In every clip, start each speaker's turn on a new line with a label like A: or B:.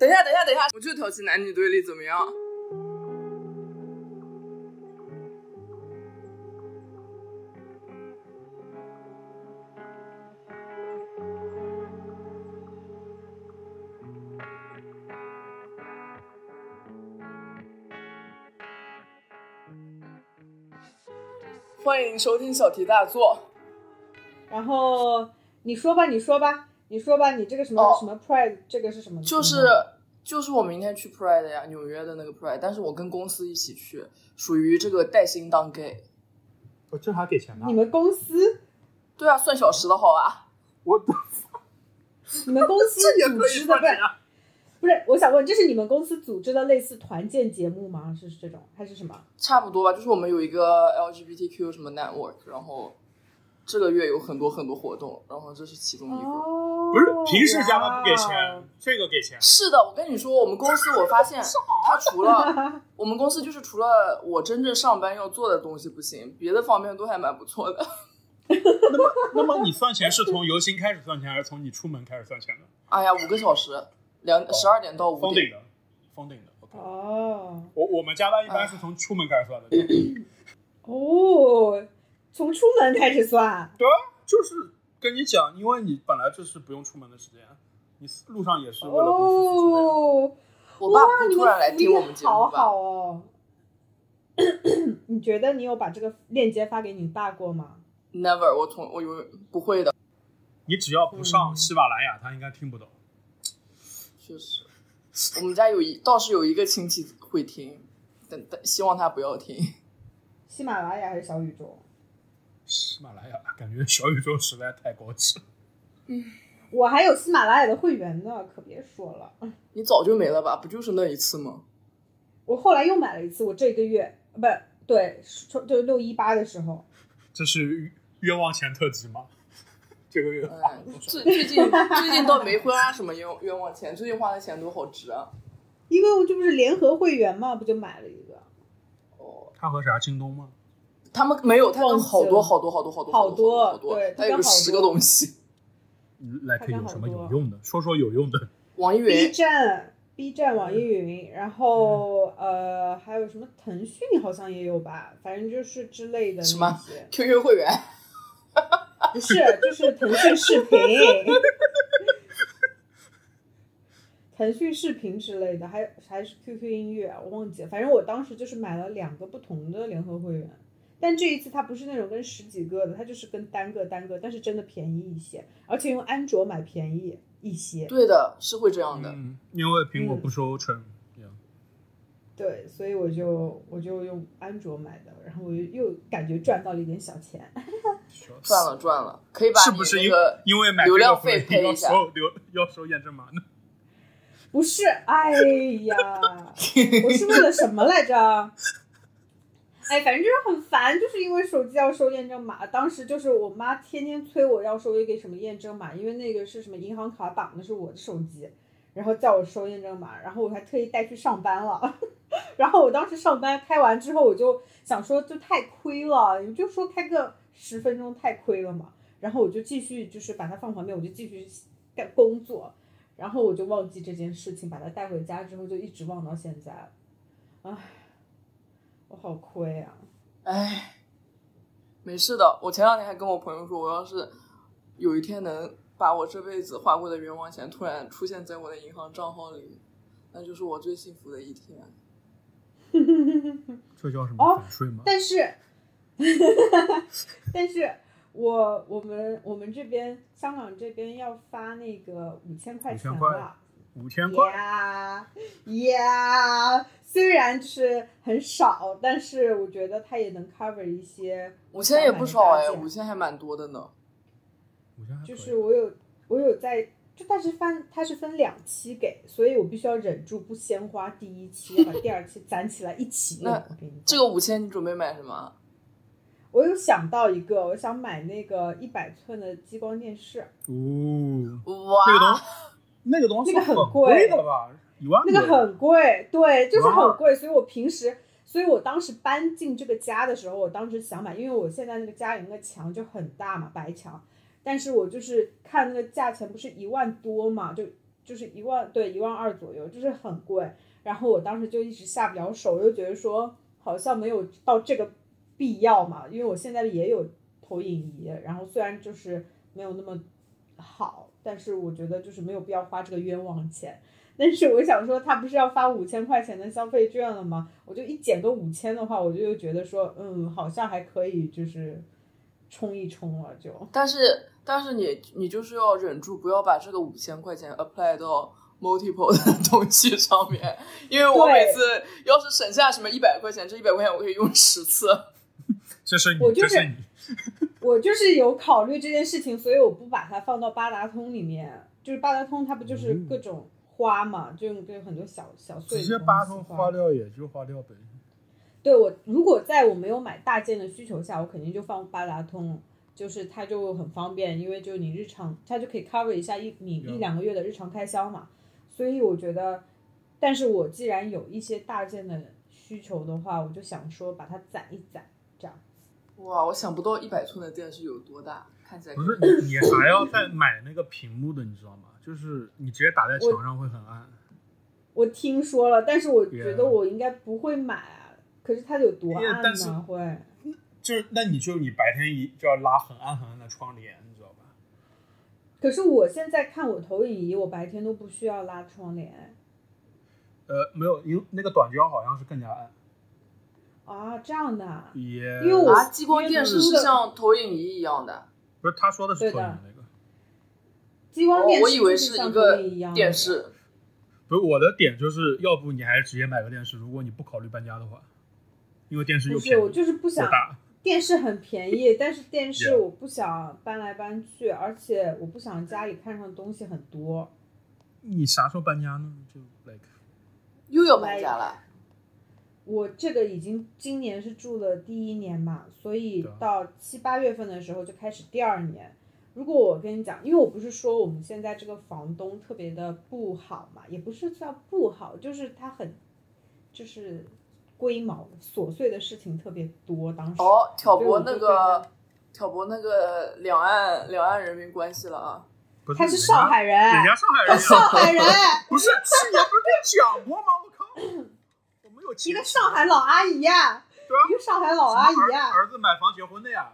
A: 等一下，等一下，等一下，我就挑起男女对立怎么样？欢迎收听小题大做。
B: 然后你说吧，你说吧，你说吧，你这个什么、
A: 哦
B: 什么 pride，这个是什么？
A: 就是
B: 嗯
A: 就是我明天去 Pride 呀，纽约的那个 Pride，但是我跟公司一起去，属于这个带薪当 gay。
C: 我正哦好给钱呢
B: 你。们公司，
A: 对啊，算小时的好吧？
C: 我
B: 你们公司
C: 这也
B: 组
C: 可以
B: 织的
C: 算
B: 不
C: 这
B: 是
C: 样。
B: 不是，我想问，这是你们公司组织的类似团建节目吗？是这种还是什么？
A: 差不多吧，就是我们有一个 LGBTQ 什么 network，然后这个月有很多很多活动，然后这是其中一个。
B: 哦，
C: 不啊是平时加班不给
B: 哇
C: 钱
B: 哦，，
C: 这个 给钱。
A: 是的，我跟你说，我们公司我发现，它除 了我们公司就是除了我真正上班要做的东西不行，别的方面都还蛮不错的。
C: 那么你算钱是从游行开始算钱，还是从你出门开始算钱的？
A: 哎呀，五个小时，两十二点到五
C: 封
A: 点
C: 顶。的，封顶的。OK
B: 哦
C: 我我们加班一般是从出门开始算的，对
B: 哦，从出门开始算，
C: 啊， 就是跟你讲，因为你本来就是不用出门的时间，你路上也是为了公司付出的呀。
B: 哦，
A: 我爸
B: 哇
A: 不会
B: 你
A: 突
B: 们
A: 然来
B: 福
A: 听
B: 利
A: 我们节目
B: 好
A: 吧
B: 好？哦。 你觉得你有把这个链接发给你爸过吗？
A: Never，我从我有不会的，
C: 你只要不上
B: 嗯
C: 喜马拉雅，他应该听不懂。
A: 确实。我们家有一倒是有一个亲戚会听，但但希望他不要听。
B: 喜马拉雅还是小宇宙？
C: 喜马拉雅感觉小宇宙实在太高级了。
B: 我还有喜马拉雅的会员呢，可别说了。
A: 你早就没了吧？不就是那一次吗？
B: 我后来又买了一次，我这个月不对，就就六一八的时候，
C: 这是冤枉钱特辑吗？ 这个月
A: 哎，最最近最近倒没花什么冤冤枉钱，最近花的钱都好值啊。
B: 因为我这不是联合会员嘛，不就买了一个，
A: 哦，
C: 他和啥京东吗？
A: 他们没有，他
B: 忘
A: 有
B: 记
A: 好多
B: 了
A: 好多好多好多
B: 好
A: 多
B: 多
A: 好多
B: 对，
A: 他有
B: 他
A: 个
B: 们好
A: 十个
B: 多
A: 东西。
C: 来
B: 看
C: 可以
B: 看
C: 有
B: 好
C: 什么
B: 多
C: 有用的？说说有用的。
A: 网易
B: B
A: 云
B: 站、B 站、网易云，然后、呃还有什么腾讯好像也有吧，反正就是之类的
A: 什
B: 那
A: 么
B: 些，
A: QQ 会员，
B: 不 是就是腾讯视频。腾讯视频之类的，还还是 QQ 音乐，啊我忘记了。反正我当时就是买了两个不同的联合会员，但这一次它不是那种跟十几个的，它就是跟单个单个，但是真的便宜一些，而且用安卓买便宜一些。
A: 对的，是会这样的。
C: 嗯，因为苹果不收成。
B: 对，所以我就我就用安卓买的，然后我又又感觉赚到了一点小钱。
A: 赚了赚了，可以把
C: 是
A: 你
C: 不是
A: 那
C: 因
A: 个
C: 因为买
A: 流
C: 这
A: 量
C: 个会
A: 费赔
C: 要
A: 一下
C: 收流要收验证码呢？
B: 不是，哎呀， 我是为了什么来着？哎，反正就是很烦，就是因为手机要收验证码。当时就是我妈天天催我要收一个什么验证码，因为那个是什么银行卡绑的是我的手机，然后叫我收验证码，然后我还特意带去上班了。 然后我当时上班开完之后，我就想说就太亏了，你就说开个十分钟太亏了嘛。然后我就继续就是把它放旁边，我就继续干工作。然后我就忘记这件事情，把它带回家之后就一直忘到现在了。唉，我好亏啊！
A: 哎，没事的。我前两天还跟我朋友说，我要是有一天能把我这辈子花过的冤枉钱突然出现在我的银行账号里，那就是我最幸福的一天。
C: 这叫什
B: 么
C: 么
B: 哦
C: 反税吗？
B: 但是，但是我我们我们这边香港这边要发那个五千块钱
C: 5000块
B: 了。
C: 五千块，
B: 呀呀！虽然就是很少，但是我觉得它也能 cover 一些
A: 五千也不少哎，
B: 想买的大件
A: 五千还蛮多的呢。
C: 五千还可
B: 就
C: 以
B: 是我有我有在，就但是分它是分两期给，所以我必须要忍住不先花第一期，要把第二期攒起来一起用。
A: 那
B: 我跟你
A: 这
B: 讲，
A: 个五千你准备买什么？
B: 我有想到一个，我想买那个一百寸的激光电视，
C: 哦，那个东
A: 哇，
C: 那个东 西
B: 那个很
C: 很
B: 贵
C: 的吧？一万
B: 那个
C: 多
B: 很贵，对，就是
C: 哇
B: 很贵，所以我平时。所以我当时搬进这个家的时候，我当时想买，因为我现在那个家里那个墙就很大嘛，白墙，但是我就是看那个价钱不是一万多嘛，就就是一万对一万二左右，就是很贵。然后我当时就一直下不了手，又觉得说好像没有到这个必要嘛，因为我现在也有投影仪，然后虽然就是没有那么好，但是我觉得就是没有必要花这个冤枉钱。但是我想说，他不是要发五千块钱的消费券了吗？我就一减个五千的话，我就又觉得说，嗯，好像还可以，就是冲一冲了就。
A: 但是但是你你就是要忍住，不要把这个五千块钱 apply 到 multiple 的东西上面，因为我
B: 对
A: 每次要是省下什么一百块钱，这一百块钱我可以用十次。
C: 这是你，
B: 我就
C: 这
B: 是
C: 是你，
B: 我就是有考虑这件事情，所以我不把它放到八达通里面。就是八达通，它不就是各种花嘛，就就很多小小碎
C: 嗯直
B: 的
C: 接
B: 东
C: 八
B: 西
C: 通
B: 花
C: 花掉也就花掉呗。
B: 对我，如果在我没有买大件的需求下，我肯定就放八达通，就是它就很方便，因为就你日常，它就可以 cover 一下一你
C: 嗯
B: 一两个月的日常开销嘛。所以我觉得，但是我既然有一些大件的需求的话，我就想说把它攒一攒，这样。
A: 哇，我想不到一百寸的电视有多大，看起来
C: 不是你，你还要再买那个屏幕的，你知道吗？就是你直接打在墙上会很暗。
B: 我听说了，但是我觉得
C: Yeah
B: 我应该不会买啊。可是它有多
C: Yeah，
B: 暗
C: 但是
B: 呢？会。
C: 就是那你就你白天一就要拉很暗很暗的窗帘，你知道吧？
B: 可是我现在看我投影仪，我白天都不需要拉窗帘
C: 呃，没有，因为那个短焦好像是更加暗。
B: 啊，这样的啊。
C: 也
B: 因为我
A: 啊，激光电视是像投影仪一样的，
C: 不是他说的是
B: 对
C: 投
B: 的
C: 影那个，
B: 激光
A: 哦
B: 电视、
A: 我以为是一个
B: 样的
A: 电。视。
C: 不是我的点就是要不你还是直接买个电视，如果你不考虑搬家的话，因为电视
B: 不
C: 又
B: 是，
C: 便
B: 我
C: 宜
B: 就是不
C: 又
B: 想
C: 大。
B: 电视很便宜，但是电视
C: Yeah
B: 我不想搬来搬去，而且我不想家里看上东西很多。
C: 你啥时候搬家呢？就 like
A: 又要搬家了，
B: 我这个已经今年是住了第一年嘛，所以
C: 对啊
B: 到七八月份的时候就开始第二年。如果我跟你讲，因为我不是说我们现在这个房东特别的不好嘛，也不是叫不好，就是他很，就是龟毛琐碎的事情特别多。当时
A: 哦，挑
B: 所以我
A: 拨
B: 就
A: 那
B: 觉得
A: 个挑拨那个两岸两岸人民关系了啊！
C: 不是
B: 他是上海人，
C: 人家，人家上海 人
B: 上
C: 呀，
B: 海人，
C: 不是去年不是跟你讲过吗？我靠，我 没有
B: 一
C: 一
B: 个上海老阿姨呀、
C: 对啊
B: 一个上海老阿姨呀、
C: 儿子买房结婚的呀，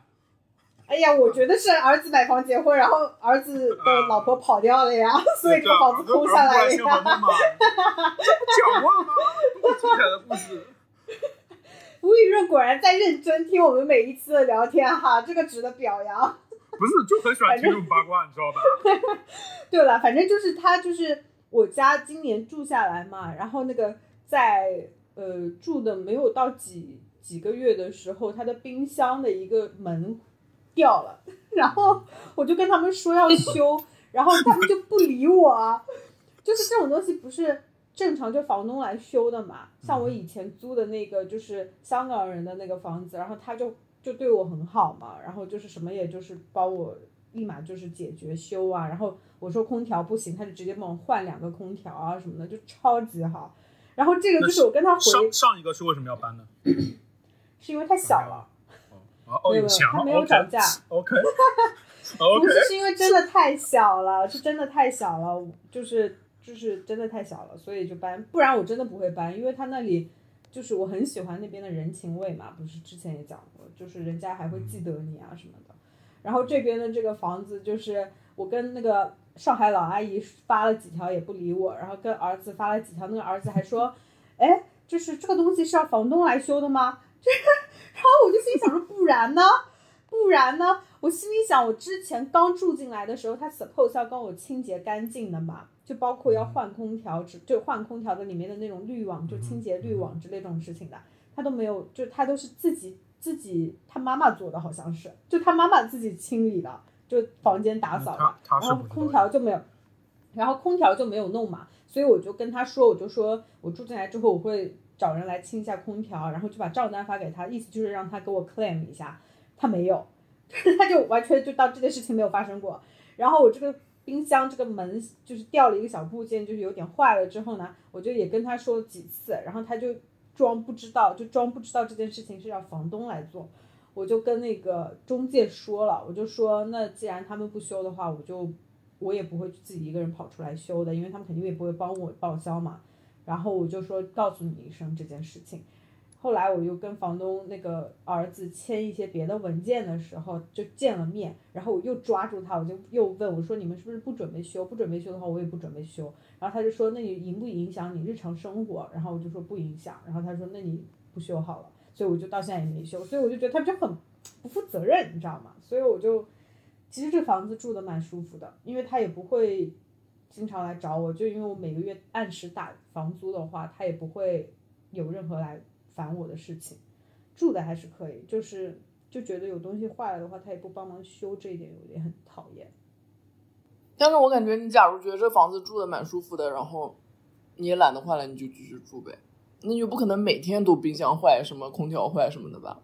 B: 哎呀，我觉得是儿子买房结婚，然后儿子的老婆跑掉了 呀，所以这
C: 对
B: 个
C: 啊
B: 房子空下来
C: 儿
B: 了
C: 子过来结婚的
B: 呀。
C: 嘛，这不讲过了吗？多精彩的 故事，
B: 吴雨润果然在认真听我们每一次的聊天哈，这个值得表扬。
C: 不是就很喜欢听这种八卦，你知道吧？
B: 对了，反正就是他就是我家今年住下来嘛，然后那个在呃住的没有到几几个月的时候，他的冰箱的一个门掉了， 然后我就跟他们说要修，然后他们就不理我啊。就是这种东西不是正常就房东来修的嘛？像我以前租的那个就是香港人的那个房子，然后他就就对我很好嘛，然后就是什么也就是帮我立马就是解决修啊，然后我说空调不行，他就直接帮我换两个空调啊什么的，就超级好。然后这个就是我跟他回，
C: 上上一个是为什么要搬呢？
B: 是因为太小了。
C: 哦哦，
B: 没有没
C: 有
B: 有
C: 钱了
B: 他没有涨价
C: ，OK
B: 不
C: OK，
B: 是，是因为真的太小了，是真的太小了，就是就是真的太小了，所以就搬，不然我真的不会搬，因为他那里就是我很喜欢那边的人情味嘛，不是之前也讲过，就是人家还会记得你啊什么的。然后这边的这个房子，就是我跟那个上海老阿姨发了几条也不理我，然后跟儿子发了几条，那个儿子还说，哎，就是这个东西是要房东来修的吗？ 这，然后我就心想说，不然呢？不然呢？我心里想，我之前刚住进来的时候，他 suppose 要跟我清洁干净的嘛，就包括要换空调，只就换空调的里面的那种滤网，就清洁滤网之类这种事情的，他都没有，就他都是自己自己他妈妈做的，好像是，就他妈妈自己清理了，就房间打扫了
C: 嗯他，他是
B: 然后
C: 不知道
B: 空调就没有，然后空调就没有弄嘛，所以我就跟他说，我就说我住进来之后我会找人来清一下空调，然后就把账单发给他，意思就是让他给我 claim 一下，他没有， 他就完全就当这件事情没有发生过。然后我这个冰箱这个门就是掉了一个小部件，就是有点坏了之后呢，我就也跟他说几次，然后他就装不知道，就装不知道这件事情是让房东来做。我就跟那个中介说了，我就说那既然他们不修的话，我就我也不会自己一个人跑出来修的，因为他们肯定也不会帮我报销嘛。然后我就说告诉你一声这件事情。后来我又跟房东那个儿子签一些别的文件的时候，就见了面，然后我又抓住他，我就又问我说：“你们是不是不准备修？不准备修的话，我也不准备修。”然后他就说：“那你影不影响你日常生活？”然后我就说不影响。然后他说：“那你不修好了。”所以我就到现在也没修。所以我就觉得他们就很不负责任，你知道吗？所以我就其实这房子住的蛮舒服的，因为他也不会经常来找我，就因为我每个月按时打房租的话，他也不会有任何来。烦我的事情，住的还是可以，就是就觉得有东西坏了的话，他也不帮忙修，这一点有点很讨厌。
A: 但是我感觉你假如觉得这房子住的蛮舒服的，然后你也懒得坏了，你就继续住呗，那就不可能每天都冰箱坏、什么空调坏什么的吧？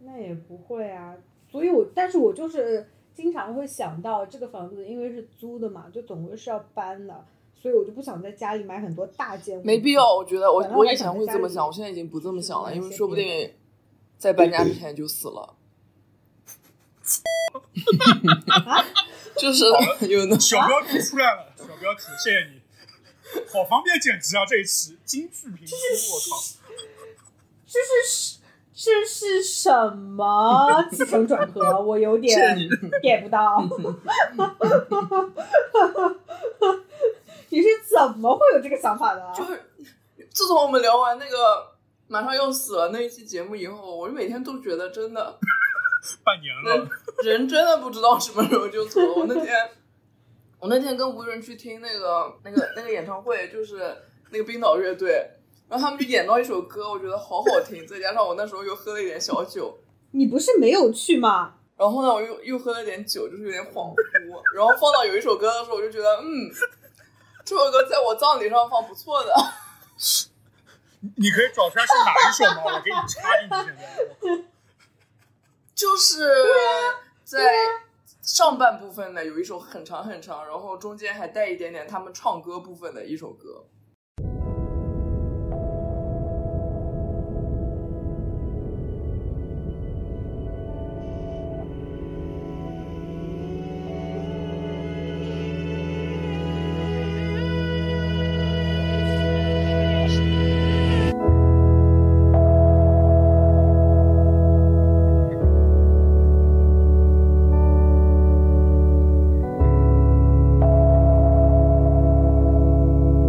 B: 那也不会啊，所以我但是我就是经常会想到这个房子，因为是租的嘛，就总归是要搬的。所以我就不想在家里买很多大件物。
A: 没必要，我觉得我我以前
B: 想
A: 会这么想，我现在已经不这么想了，因为说不定在搬家之前就死 了。
B: 啊，
A: 就是有那
C: 小标题出来了，小标题，谢谢你，好方便剪辑啊！这一期京剧评书，我靠，
B: 这是这是什 么起承转合？我有点
C: 谢谢你。
B: get 不到。 你是怎么会有这个想法的？啊
A: 就是自从我们聊完那个马上要死了那一期节目以后，我每天都觉得真的
C: 半年
A: 人
C: 了，
A: 人真的不知道什么时候就走了。我那天，我那天跟无人去听那个那个那个演唱会，就是那个冰岛乐队，然后他们就演到一首歌，我觉得好好听，再加上我那时候又喝了一点小酒，
B: 你不是没有去吗？
A: 然后呢，我又又喝了点酒，就是有点恍惚。然后放到有一首歌的时候，我就觉得，嗯，这首歌在我葬礼上放不错的。
C: 你可以找出来是哪一首吗？我给你插进去。现在，
A: 就是在上半部分呢，有一首很长很长，然后中间还带一点点他们唱歌部分的一首歌。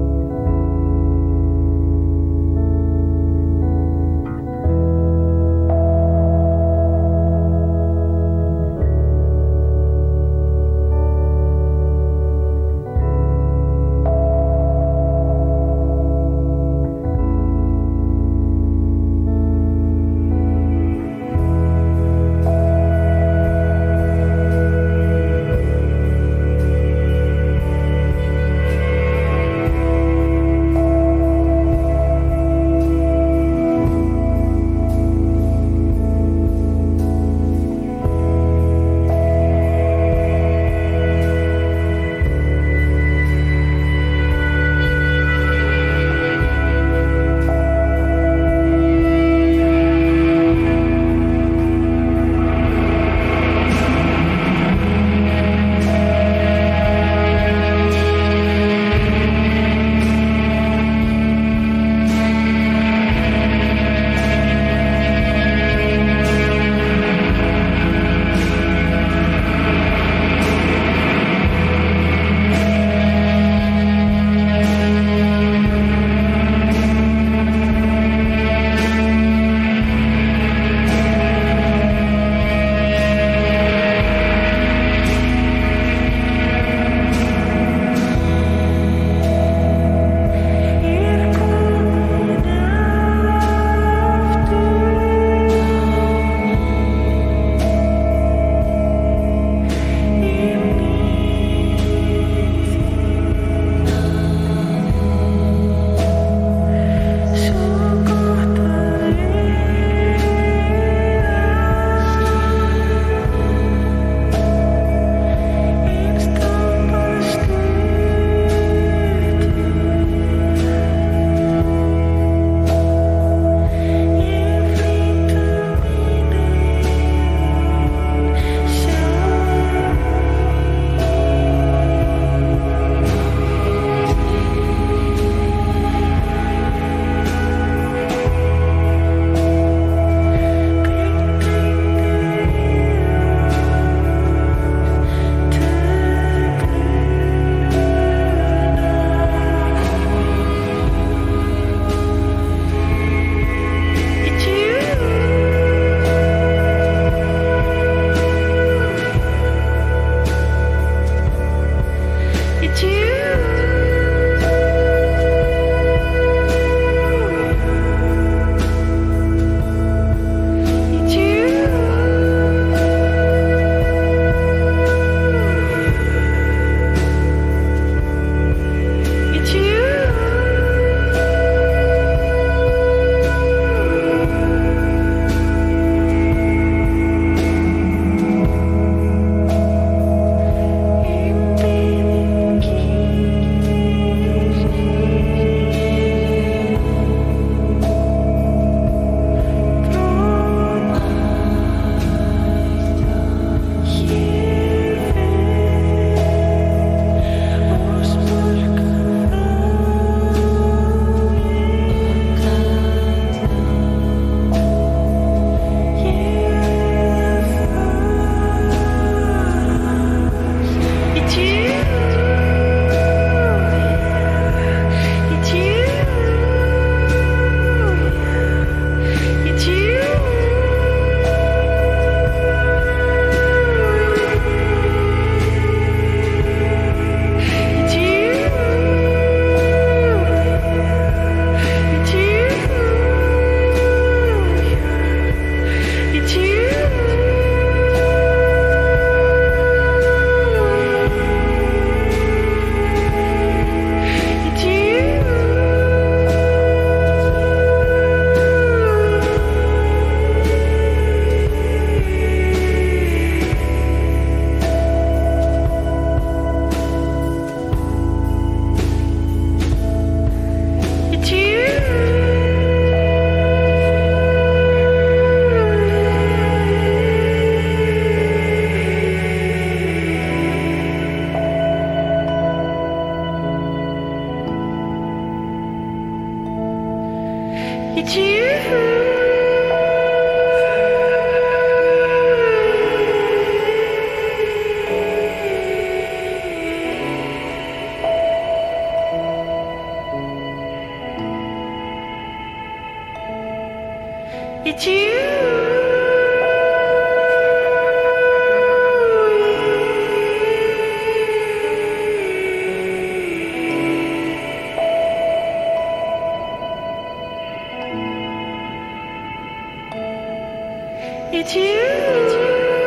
B: 啊，
D: It's you. It's you. It's you.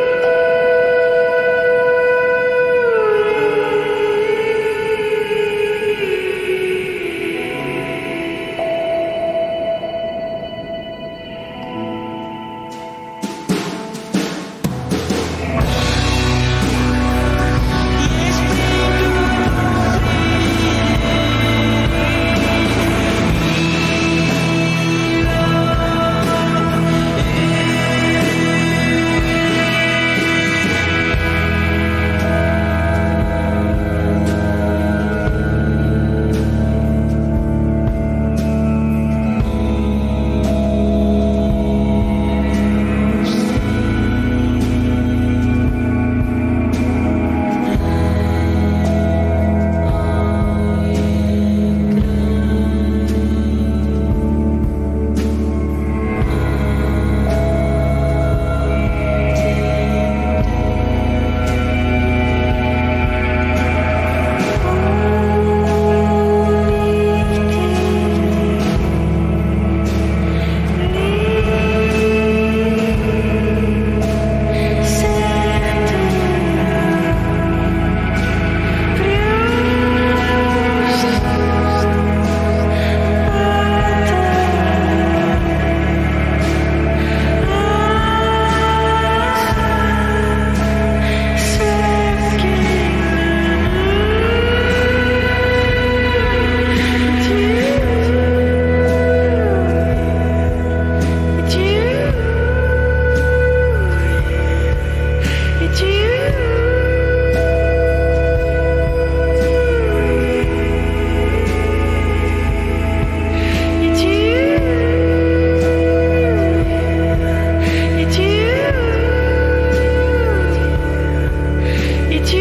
D: It's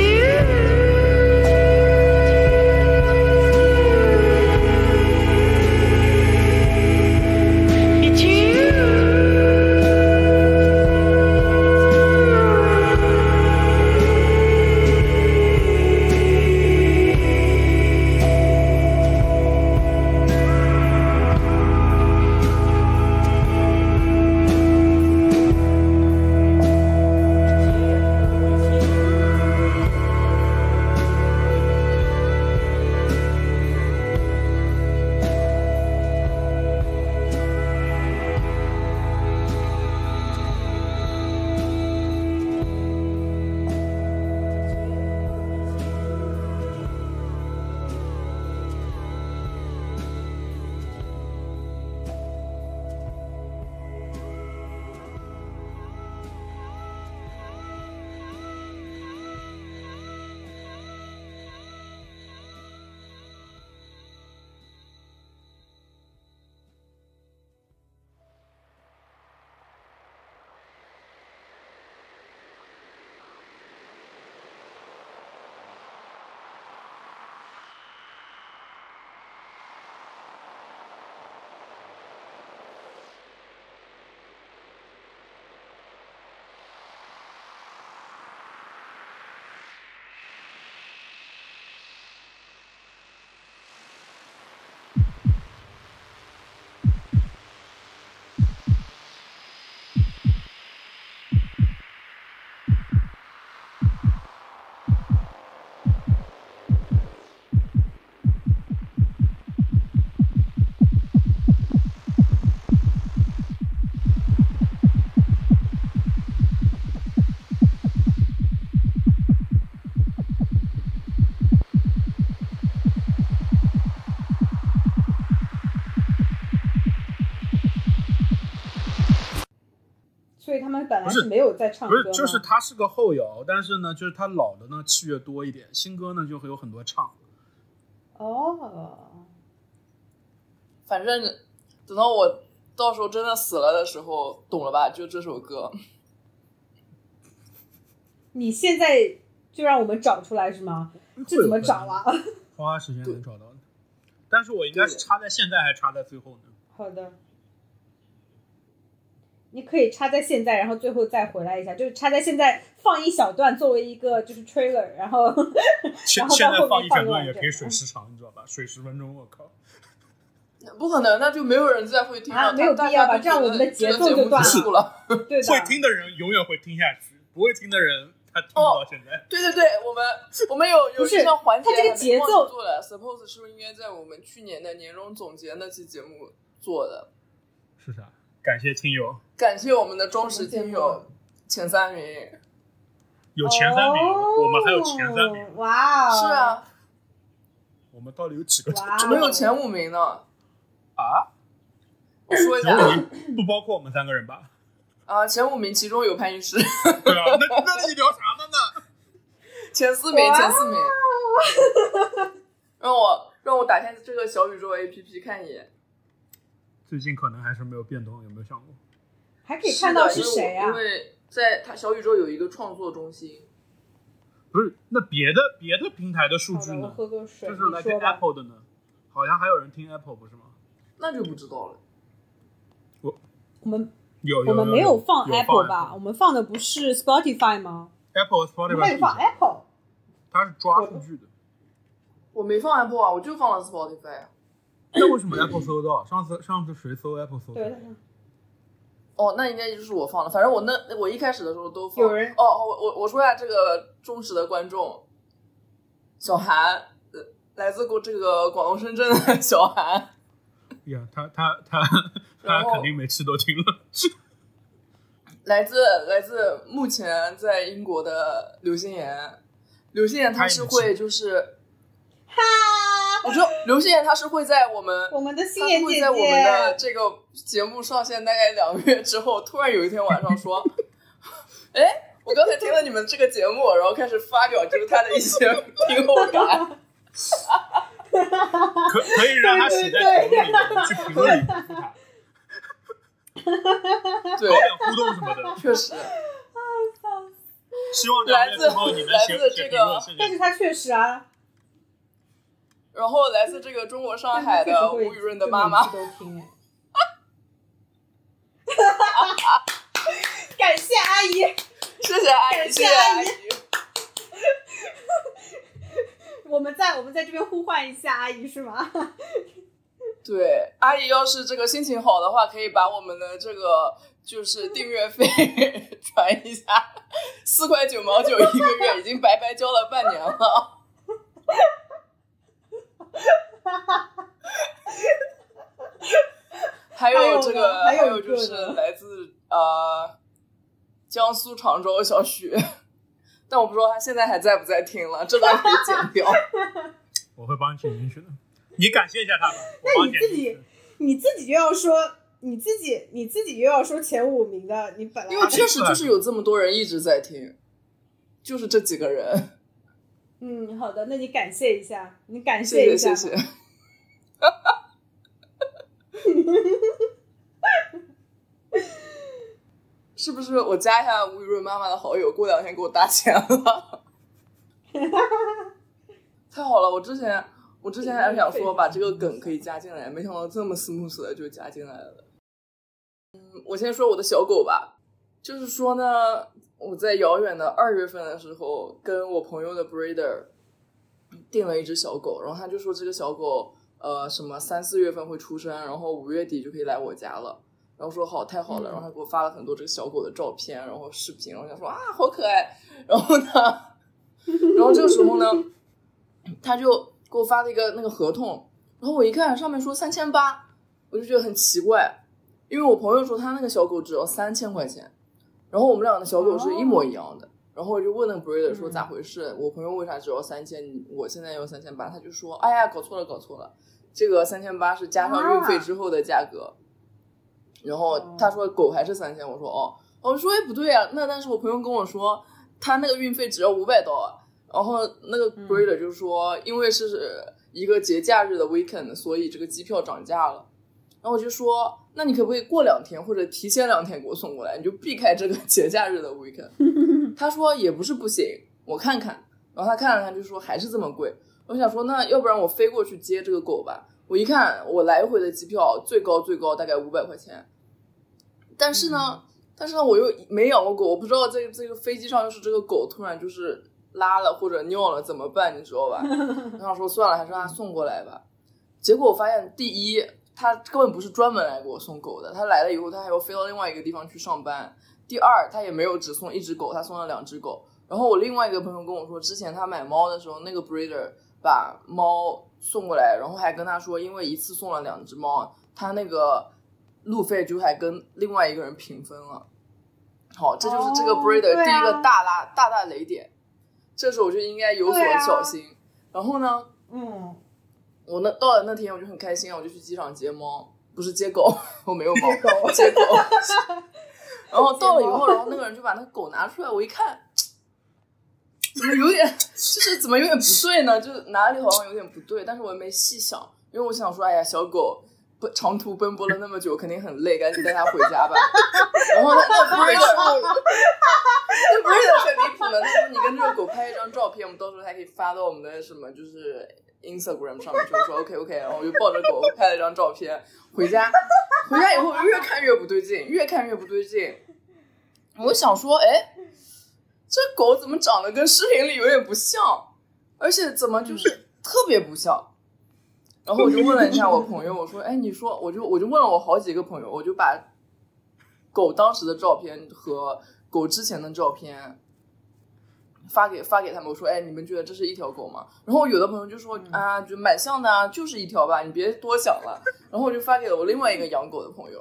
B: 所以他们本来
C: 不是
B: 是没有在唱
C: 不
B: 歌
C: 是
B: 吗？，
C: 就是它是个后摇，但是呢，就是它老的呢器乐多一点，新歌呢就会有很多唱。
B: 哦，
A: 反正等到我到时候真的死了的时候，懂了吧？就这首歌，
B: 你现在就让我们找出来是吗？这怎么找啊？
C: 花时间能找到的。但是我应该是插在现在，还是插在最后 呢？
B: 好的，你可以插在现在，然后最后再回来一下，就是插在现在放一小段作为一个就是 trailer，然后
C: 现
B: 然后
C: 现
B: 到
C: 在
B: 后
C: 放
B: 面
C: 一整
B: 放
C: 段
B: 段
C: 也可 以水时长，你知道吧？水十分钟，我靠！
A: 不可能，那就没有人再会听了。
B: 啊没有必
A: 大
B: 要
A: 家
B: 吧
A: 都
B: 这样
A: 觉得
B: 我们的节奏
A: 这个
B: 就断了
A: 节目结束了。
B: 对的
C: 会，听的人永远会听下去，不会听的人他听不
B: 哦
C: 到现在。
A: 对对对，我们我们有有
B: 不是
A: 一项环节
B: 它这个
A: 还没
B: 节
A: 忘
B: 奏
A: 记做了，suppose 是不是应该在我们去年的年终总结那期节目做的？
C: 是啥？感谢听友，
A: 感谢我们的忠实
B: 什么节目
A: 听友前三名，
C: 有前三名，
B: 哦
C: 我们还有前三名，，
B: 哇哦，
A: 是，啊，
C: 我们到底有几个？
B: 哇哦，
A: 怎么有前五名呢？
C: 啊？
A: 我说一
C: 前
A: 下
C: 五名不包括我们三个人吧？
A: 啊，前五名其中有潘医师，
C: 对啊，那那你聊啥呢呢？
A: 前四名，
B: 哇哦
A: 前四名。让我让我打开这个小宇宙 APP 看一眼，
C: 最近可能还是没有变动，有没有想过？
B: 还可以看到
A: 是
B: 是
A: 的
B: 谁啊
A: 因？为我因为在它小宇宙有一个创作中心，
C: 不是，那别的别的平台的数
B: 好
C: 据
B: 的，我
C: 呢？
B: 喝口水，
C: 就
B: 你
C: 是来自
B: 说吧。
C: Apple 的呢，好像还有人听 Apple 不是吗？
A: 那就不知道了。
B: 我们
C: 有有
B: 我们没
C: 有
B: 放 Apple 吧？我
C: 有
B: 们放的不是 Spotify 吗？
C: ？Apple
B: 我们开
C: Spotify
B: 始放 Apple。
C: 它是抓数据的，
A: 我没放 Apple 啊，我就放了 Spotify 啊。
C: 那为什么 Apple 搜得到？上次上次谁搜 Apple 搜？
B: 对，
A: 哦，那应该就是我放的，反正我那我一开始的时候都放。
B: 有人
A: 哦，哦我我我说一下这个忠实的观众，小韩，呃来自过这个广东深圳的 小韩，
C: 呀，他他他他
A: 然后
C: 肯定每次都听了。
A: 来自来自目前在英国的刘心妍，刘心妍她是
C: 他也
A: 会
C: 没
A: 就是，
B: 哈，
A: 我说刘心妍她是会在我们
B: 我们的新
A: 他
B: 妍
A: 会
B: 姐
A: 在我们的
B: 姐，
A: 这个节目上线大概两个月之后，突然有一天晚上说：“哎，我刚才听了你们这个节目，然后开始发表就是他的一些听后感。
C: 可可以让他写在评论里面，去评论里面他，”
A: 对
C: 搞，点互动什么的。
A: 确实，
C: 希望两年之后你们写
A: 来自
C: 写
A: 这
C: 评
A: 个
C: 论甚
B: 但是
C: 至
B: 她确实啊，
A: 然后来自这个中国上海
B: 但她确
A: 的
B: 实会
A: 吴雨润的妈妈，
B: 就每次都听哎。 感谢阿姨，
A: 谢谢阿姨，谢
B: 感谢
A: 谢阿
B: 阿
A: 姨
B: 姨。我们在我们在这边呼唤一下阿姨是吗？
A: 对，阿姨要是这个心情好的话，可以把我们的这个就是订阅费 传一下，四块九毛九一个月，已经白白交了半年了。还有这个，
B: 还
A: 还
B: 有呢还有一个
A: 就
B: 呢
A: 是来自呃江苏常州小许， 但我不知道他现在还在不在听了，这段可以剪掉。
C: 我会帮你剪进去的。你感谢一下他吧，我帮剪
B: 那
C: 进
B: 你
C: 去
B: 自。你自己又要说你自己，你自己又要说前五名的，你本来
A: 因为确实就是有这么多人一直在听，就是这几个人。
B: 嗯，好的，那你感谢一下，你感
A: 谢
B: 一下
A: 谢
B: 吧，
A: 谢谢。 是不是我加一下吴雨润妈妈的好友，过两天给我打钱了？太好了！我之前我之前还想说把这个梗可以加进来，没想到这么 smooth 的就加进来了。嗯，我先说我的小狗吧，就是说呢，我在遥远的二月份的时候，跟我朋友的 breeder 订了一只小狗，然后他就说这个小狗呃什么三四月份会出生，然后五月底就可以来我家了。然后说好，太好了。
B: 嗯
A: 然后他给我发了很多这个小狗的照片，然后视频，然后我想说啊，好可爱。然后呢，然后这个时候呢，他就给我发了一个那个合同，然后我一看上面说三千八，我就觉得很奇怪，因为我朋友说他那个小狗只要三千块钱，然后我们俩的小狗是一模一样的。然后我就问那个 breeder 说
B: 嗯
A: 咋回事？我朋友为啥只要三千，我现在要三千八？他就说，哎呀，搞错了，搞错了，这个三千八是加上运费之后的价格。然后他说狗还是三千，我说哦，我说哎不对啊，那但是我朋友跟我说，他那个运费只要五百刀啊。然后那个
B: 嗯
A: breeder 就说，因为是一个节假日的 weekend，所以这个机票涨价了。然后我就说，那你可不可以过两天或者提前两天给我送过来？你就避开这个 节假日的 weekend。他说也不是不行，我看看。然后他看了看，就说还是这么贵。我想说，那要不然我飞过去接这个狗吧。我一看，我来回的机票最高最高大概五百块钱，但是呢，但是呢，我又没养过狗，我不知道这这个飞机上要是这个狗突然就是拉了或者尿了怎么办，你知道吧？我想说算了，还是让他送过来吧。结果我发现，第一，他根本不是专门来给我送狗的，他来了以后，他还要飞到另外一个地方去上班。第二，他也没有只送一只狗，他送了两只狗。然后我另外一个朋友跟我说，之前他买猫的时候，那个 breeder 把猫送过来，然后还跟他说，因为一次送了两只猫，他那个路费就还跟另外一个人平分了。好，这就是这个
B: 哦
A: breeder
B: 对啊
A: 第一个大拉、大大雷点，这时候我就应该有所
B: 对啊
A: 小心。然后呢，
B: 嗯，
A: 我那到了那天我就很开心，我就去机场接猫，不是接狗， 我没有猫，接 狗。然后到了以后，然后那个人就把那个狗拿出来，我一看，怎么有点，就是怎么有点不对呢？就是哪里好像有点不对，但是我也没细想，因为我想说，哎呀，小狗奔长途奔波了那么久，肯定很累，赶紧带它回家吧。然后他那不是那不是很离谱呢？他说你跟这个狗拍一张照片，我们到时候还可以发到我们的什么就是 Instagram 上面去。我说 OK OK，然后我 就抱着狗拍了一张照片回家。回家以后越看越不对劲，越看越不对劲。我想说，哎，这狗怎么长得跟视频里有点不像，而且怎么就是特别不像？然后我就问了一下我朋友，我说，哎，你说， 我就我就问了我好几个朋友，我就把狗当时的照片和狗之前的照片发给发给他们，我说，哎，你们觉得这是一条狗吗？然后有的朋友就说，啊，就蛮像的啊，就是一条吧，你别多想了。然后我就发给了我另外一个养狗的朋友，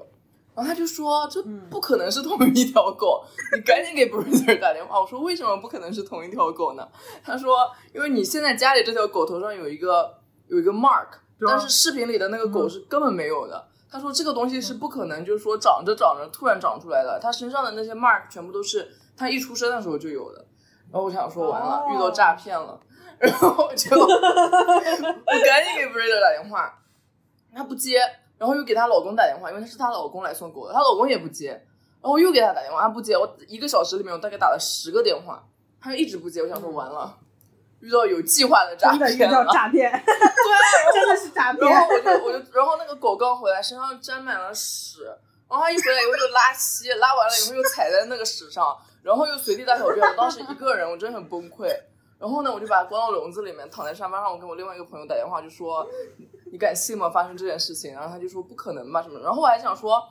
A: 然后他就说，这
B: 嗯
A: 不可能是同一条狗，你赶紧给 Bruiser 打电话。我说，为什么不可能是同一条狗呢？他说，因为你现在家里这条狗头上有一个有一个 mark，
C: 对啊嗯
A: 但是视频里的那个狗是根本没有的。他说这个东西是不可能，就是说长着长着突然长出来的，它身上的那些 mark 全部都是它一出生的时候就有的。然后我想说完了，
B: 哦
A: 遇到诈骗了， 然后我就 我赶紧给 Brady 打电话，她不接，然后又给她老公打电话，因为她是她老公来送狗的，她老公也不接，然后我又给她打电话，她不接，我一个小时里面我大概打了十个电话，她就一直不接，我想说完了，遇到有计划的诈
B: 嗯真的遇
A: 骗了啊
B: 到。诈骗，真的是诈骗。
A: 然后我就我就，然后那个狗刚回来，身上沾满了屎，然后它一回来以后就拉稀，拉完了以后又踩在那个屎上，然后又随地大小便。我当时一个人，我真的很崩溃。然后呢，我就把它关到笼子里面，躺在沙发上。我跟我另外一个朋友打电话，就说你你敢信吗？发生这件事情？然后他就说不可能吧什么的。然后我还想说，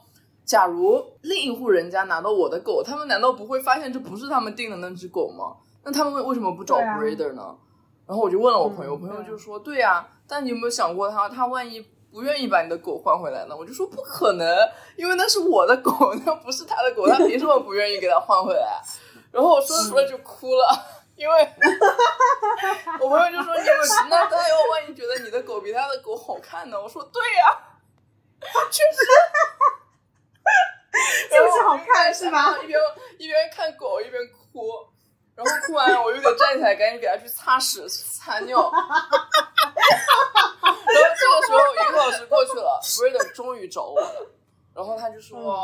A: 假如另一户人家拿到我的狗，他们难道不会发现这不是他们订的那只狗吗？那他们为为什么不找
B: 对啊
A: breeder 呢？然后我就问了我朋友，
B: 嗯
A: 朋友
B: 对
A: 就说：“对呀、但你有没有想过他，他万一不愿意把你的狗换回来呢？”我就说：“不可能，因为那是我的狗， 那不是他的狗，他凭什么不愿意给他换回来？”然后我说着说着就哭了，因为 我朋友就说：“你有那他要万一觉得你的狗比他的狗好看呢？”我说：“对呀、 确实，
B: 就是好看是吧？
A: 一边一边看狗一边哭，然后哭完我又得站起来，赶紧给它去擦屎擦尿。 然后这个时候一个小时过去了 b r i d e r 终于找我了，然后他就说。Oh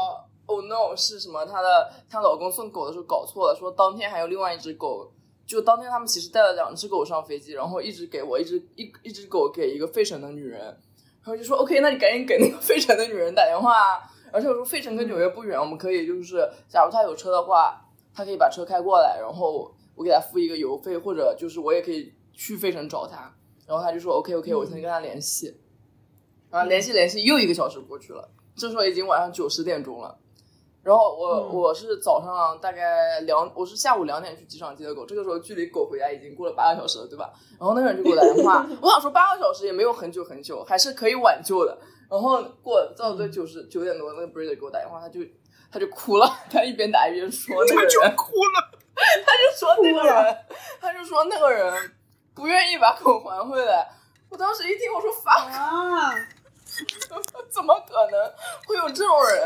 B: 嗯
A: no！是什么？她的她老公送狗的时候搞错了，说当天还有另外一只狗，就当天他们其实带了两只狗上飞机，然后一只给我，一只一一只狗给一个费城的女人，然后就说 OK，那你赶紧给那个费城的女人打电话啊。而且我说费城跟纽约不远，我们可以就是，假如他有车的话，他可以把车开过来，然后我给他付一个油费，或者就是我也可以去费城找他。然后他就说 OK OK，我先跟他联系。然后联系联系，又一个小时过去了，这时候已经晚上九十点钟了。然后我、
B: 嗯
A: 我是早上大概两，我是下午两点去机场接的狗，这个时候距离狗回家已经过了八个小时了，对吧？然后那个人就给我打电话， 我想说八个小时也没有很久很久，还是可以挽救的。然后过
C: 嗯
A: 到对九十九点多，那个 b r i d e r 给我打电话，他就他就哭了，他一边打一边说那个人，
C: 就哭了。
A: 就说那个人，他就说那个人不愿意把狗还回来。我当时一听，我说发
B: 啊，
A: 怎么可能会有这种人？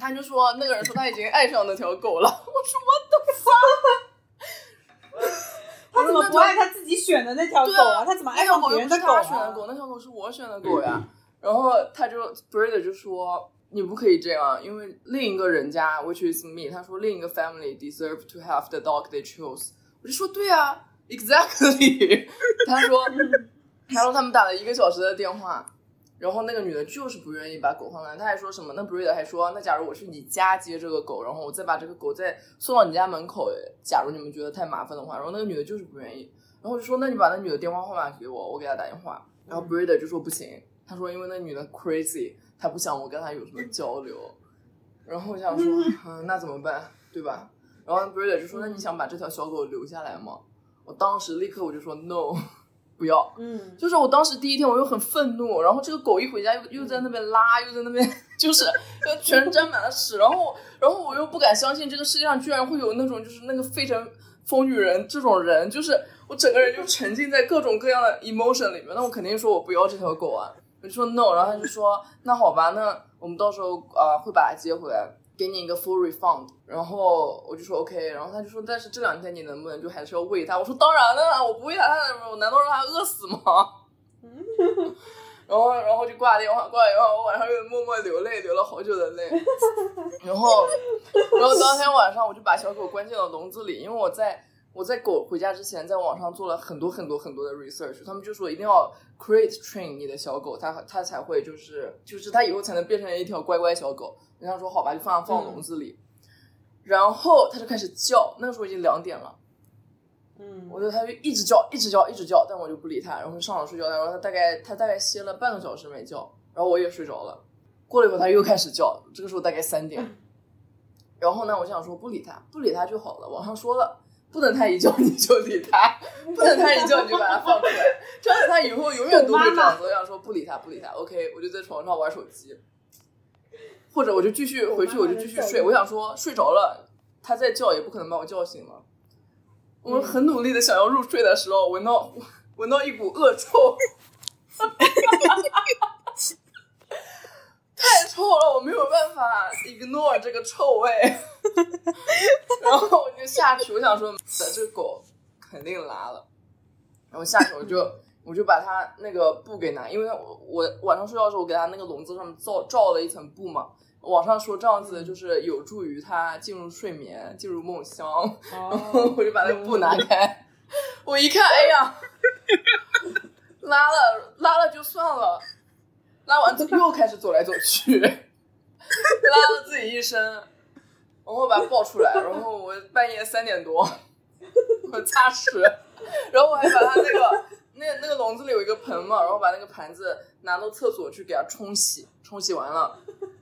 A: 他就说那个人说他已经爱上那条狗了。我说
B: 他怎么不爱他自己选的那条狗啊？
A: 对啊
B: 他怎么爱上
A: 我
B: 别
A: 又
B: 人
A: 不
B: 的
A: 是
B: 狗
A: 他选的
B: 啊？
A: 狗，那条狗是我选的狗呀。然后他就 Brida 就说你不可以这样，因为另一个人家 which is me，他说另一个 family deserve to have the dog they chose。我就说对啊，exactly。他 说他说他们打了一个小时的电话，然后那个女的就是不愿意把狗放那，她还说什么？那 Brida 还说，那假如我去你家接这个狗，然后我再把这个狗再送到你家门口，假如你们觉得太麻烦的话，然后那个女的就是不愿意，然后我就说，那你把那女的电话号码给我，我给她打电话。然后 Brida 就说不行，她说因为那女的 crazy，她不想我跟她有什么交流。然后我想说，嗯，那怎么办，对吧？然后 Brida 就说，那你想把这条小狗留下来吗？我当时立刻我就说 no，不要。
B: 嗯，
A: 就是我当时第一天我又很愤怒，然后这个狗一回家又又在那边拉，又在那边 就是呃全身沾满了屎，然后然后我又不敢相信这个世界上居然会有那种就是那个非常疯女人这种人，就是我整个人就沉浸在各种各样的 emotion 里面，那我肯定说我不要这条狗啊，我就说 no，然后他就说那好吧，那我们到时候啊、呃会把它接回来。给你一个 full refund，然后我就说 OK，然后他就说，但是这两天你能不能就还是要喂它？我说当然了，我不喂它，我难道让它饿死吗？然后然后就挂电话，挂电话，我晚上又默默流泪，流了好久的泪。然后然后当天晚上我就把小狗关进了笼子里，因为我在我在狗回家之前，在网上做了很多很多很多的 research，他们就说一定要 crate train 你的小狗，它它才会就是就是它以后才能变成一条乖乖小狗。我想说好吧，就放放笼子里，然后它就开始叫，那个时候已经两点了。
B: 嗯，
A: 我就它就一直叫，一直叫，一直叫，但我就不理它，然后就上床睡觉。然后它大概它大概歇了半个小时没叫，然后我也睡着了。过了一会儿，它又开始叫，这个时候大概三点。然后呢，我想说不理它，不理它就好了。网上说了，不能它一叫你就理它，不能它一叫你就把它放出来。这样它以后永远都会这样子。我想说不理它，不理它。OK，我就在床上玩手机，或者我就继续回去，我就继续睡。我想说睡着了，它再叫也不可能把我叫醒了。我很努力的想要入睡的时候，闻到 闻到一股恶臭， 太臭了，我没有办法 ignore 这个臭味， 然后我就下去，我想说，这狗肯定拉了，然后下去我就我就把它那个布给拿，因为我我晚上睡觉的时候，我给它那个笼子上面罩罩了一层布嘛。网上说这样子就是有助于它进入睡眠，进入梦乡。
B: 哦，
A: 我就把那个布拿开，我一看，哎呀， 拉了拉了就算了，拉完之后又开始走来走去，拉了自己一身，然后把它抱出来，然后我半夜三点多，我擦屎，然后我还把它那个那那个笼子里有一个盆嘛，然后把那个盘子拿到厕所去给它冲洗，冲洗完了。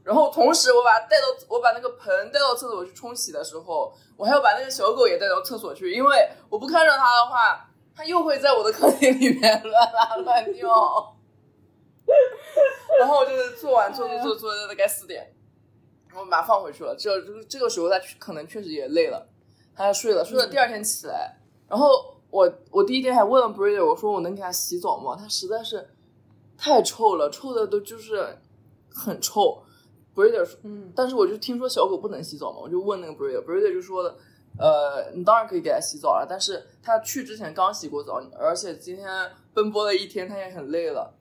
A: 然后同时我把它带到我把那个盆带到厕所去冲洗的时候，我还要把那个小狗也带到厕所去，因为我不看着它的话，它又会在我的客厅里面 乱拉乱尿。然后我就是做完做做做做到大概四点，我把它放回去了。这这个这个时候它可能确实也累了，它睡了，睡了。第二天起来，然后我我第一天还问了 Brady，我说我能给它洗澡吗？它实在是太臭了，臭的都就是很臭。Brady 说，
B: 嗯，
A: 但是我就听说小狗不能洗澡嘛，我就问那个 Brida，Brida 就说了，呃，你当然可以给它洗澡了，但是它去之前刚洗过澡，而且今天奔波了一天，它也很累了，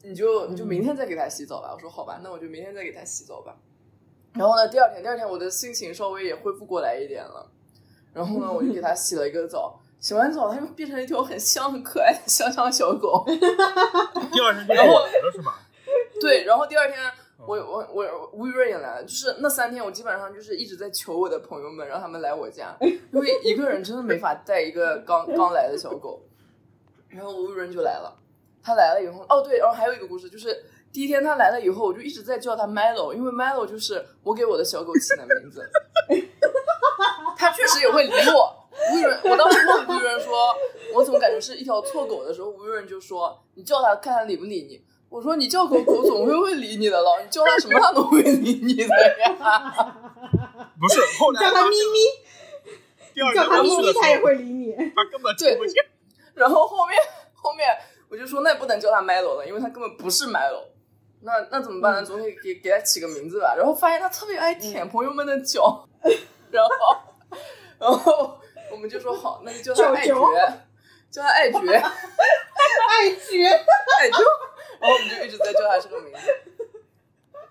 A: 你就你就明天再给它洗澡吧。我说好吧，那我就明天再给它洗澡吧。然后呢，第二天，第二天我的心情稍微也恢复过来一点了，然后呢，我就给它洗了一个澡，洗完澡它又变成一条很香、很可爱的香香小狗。
C: 第二天就过来了是吧？
A: 对，然后第二天
C: 哦
A: 我我我吴雨润也来了，就是那三天我基本上就是一直在求我的朋友们让他们来我家，因为一个人真的没法带一个刚刚来的小狗。然后吴雨润就来了，他来了以后，哦对，然后还有一个故事就是。第一天他来了以后，我就一直在叫他 Milo，因为 Milo 就是我给我的小狗起的名字。他确实也会理我。吴雨润，我当时问吴雨润说：“我怎么感觉是一条错狗？”的时候，吴雨润就说：“你叫它看它理不理你。”我说你叫狗狗总会会理你的了，你叫它什么它都会理你的呀。
C: 不是，后来
B: 叫他咪咪，
C: 第二
B: 叫
C: 天
B: 他
C: 刚
B: 咪
C: 去
B: 咪
C: 的时，
B: 他也
C: 候，
B: 会理你。
C: 他根本就
A: 对
C: 不理
A: 然后后面后面我就说那也不能叫它 Milo 了，因为它根本不是 Milo。那那怎么办呢？总得给给它起个名字吧。然后发现它特别爱舔朋友们的脚， 然后然后我们就说好，那就叫它爱
B: 脚
A: 爵，叫它爱爵。
B: 爱绝，
A: 哎，就然后我们就一直在叫他这个名字。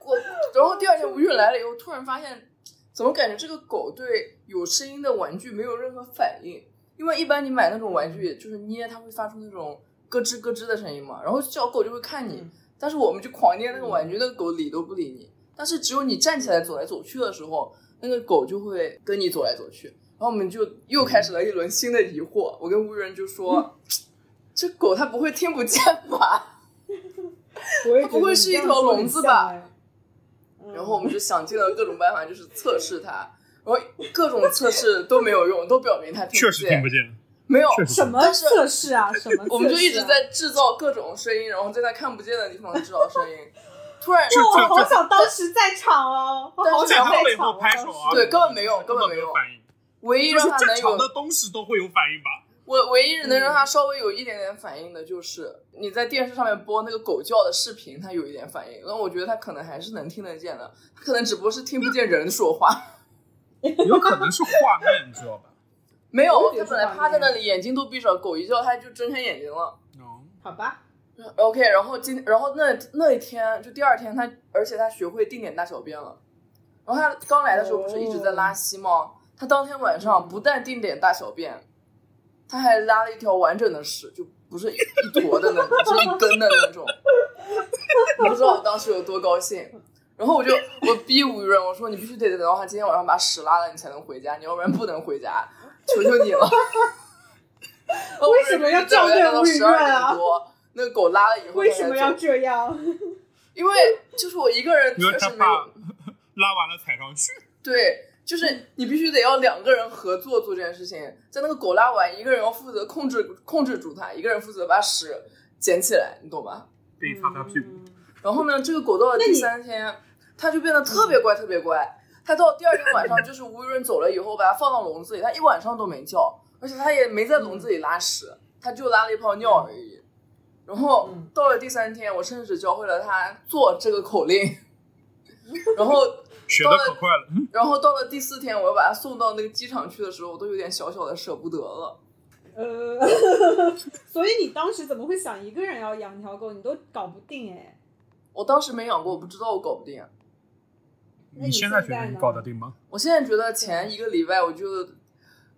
A: 我，然后第二天吴越来了以后，突然发现，怎么感觉这个狗对有声音的玩具没有任何反应？因为一般你买那种玩具，就是捏它会发出那种咯吱咯吱的声音嘛，然后小狗就会看你，但是我们就狂捏那个玩具，那个狗理都不理你。但是只有你站起来走来走去的时候，那个狗就会跟你走来走去。然后我们就又开始了一轮新的疑惑。我跟吴人就说：“这狗它不会听不见吧
B: 我也
A: 它不会是一条笼子吧
B: 觉得你这样说很像哎？”？
A: 然后我们就想尽了各种办法，就是测试它。然后各种测试都没有用，都表明它听
C: 确
A: 不
C: 实听
A: 见
C: 不。见，
A: 没有，
C: 确
B: 嗯
C: 实
B: 什么
A: 但是
B: 测试啊？ 什么测试啊？
A: 我们就一直在制造各种声音，然后在它看不见的地方制造声音。突然，
B: 哇。哦我好想当时在场哦，我好
C: 在
B: 想
C: 后
B: 在
C: 背
B: 场
C: 部
B: 哦。
C: 拍手啊，
A: 对根本没有
C: 根
A: 根
C: 本
A: 本
C: 没
A: 没
C: 有
A: 有
C: 反应，
A: 唯一
C: 就是
A: 让它
C: 正
A: 能有
C: 常的嗯东西都会有反应 吧？
A: 我唯一能让他稍微有一点点反应的，就是你在电视上面播那个狗叫的视频，他有一点反应。那我觉得他可能还是能听得见的，他可能只不过是听不见人说话。
C: 有可能是画面，你知道吧？
A: 没
B: 我
A: 有，
B: 也觉
A: 他
B: 得
A: 本来趴在那里，眼睛都闭着，狗一叫他就睁开眼睛了。
C: 嗯，
B: 好吧，
A: OK，然后今然后那那一天就第二天他，而且他学会定点大小便了。然后他刚来的时候不是一直在拉稀吗？他当天晚
B: 嗯
A: 上不但定点大小便，他还拉了一条完整的屎，就不是一一坨的那种，是一根的那种。我不知道我当时有多高兴。然后我就我逼吴雨润，我说你必须得等到他今天晚上把屎拉了，你才能回家，你要不然不能回家，求求你了。
B: 为什么要这样对吴雨润
A: 到12
B: 啊
A: 点多那个狗拉了以后，
B: 为什
A: 他
B: 么
A: 才
B: 要
A: 走？
B: 这样？
A: 因为就是我一个人
C: 因为
A: 确
C: 他
A: 实没
C: 怕
A: 有
C: 拉完了踩上去，
A: 对，就是你必须得要两个人合作做这件事情。在那个狗拉完，一个人要负责控制控制住它，一个人负责把屎捡起来，你懂吧？
C: 被擦擦屁股，
B: 嗯。
A: 然后呢，这个狗到了
B: 那
A: 第
B: 你
A: 三天，它就变得特别乖，特别乖。它到第二天晚上，就是吴雨润走了以后，把它放到笼子里，它一晚上都没叫，而且它也没在笼子里拉屎，它就拉了一泡尿而已。然后
B: 嗯
A: 到了第三天，我甚至教会了它做这个口 令，然后
C: 学的可快了，嗯
A: 然后到了第四天，我要把它送到那个机场去的时候，我都有点小小的舍不得了。
B: 呃， 所以你当时怎么会想一个人要养条狗？你都搞不定哎。
A: 我当时没养过，我不知道我搞不定。
B: 那
C: 嗯你
B: 你现
C: 现在
B: 在
C: 觉得你
B: 呢
C: 搞得定吗？
A: 我现在觉得前一个礼拜我就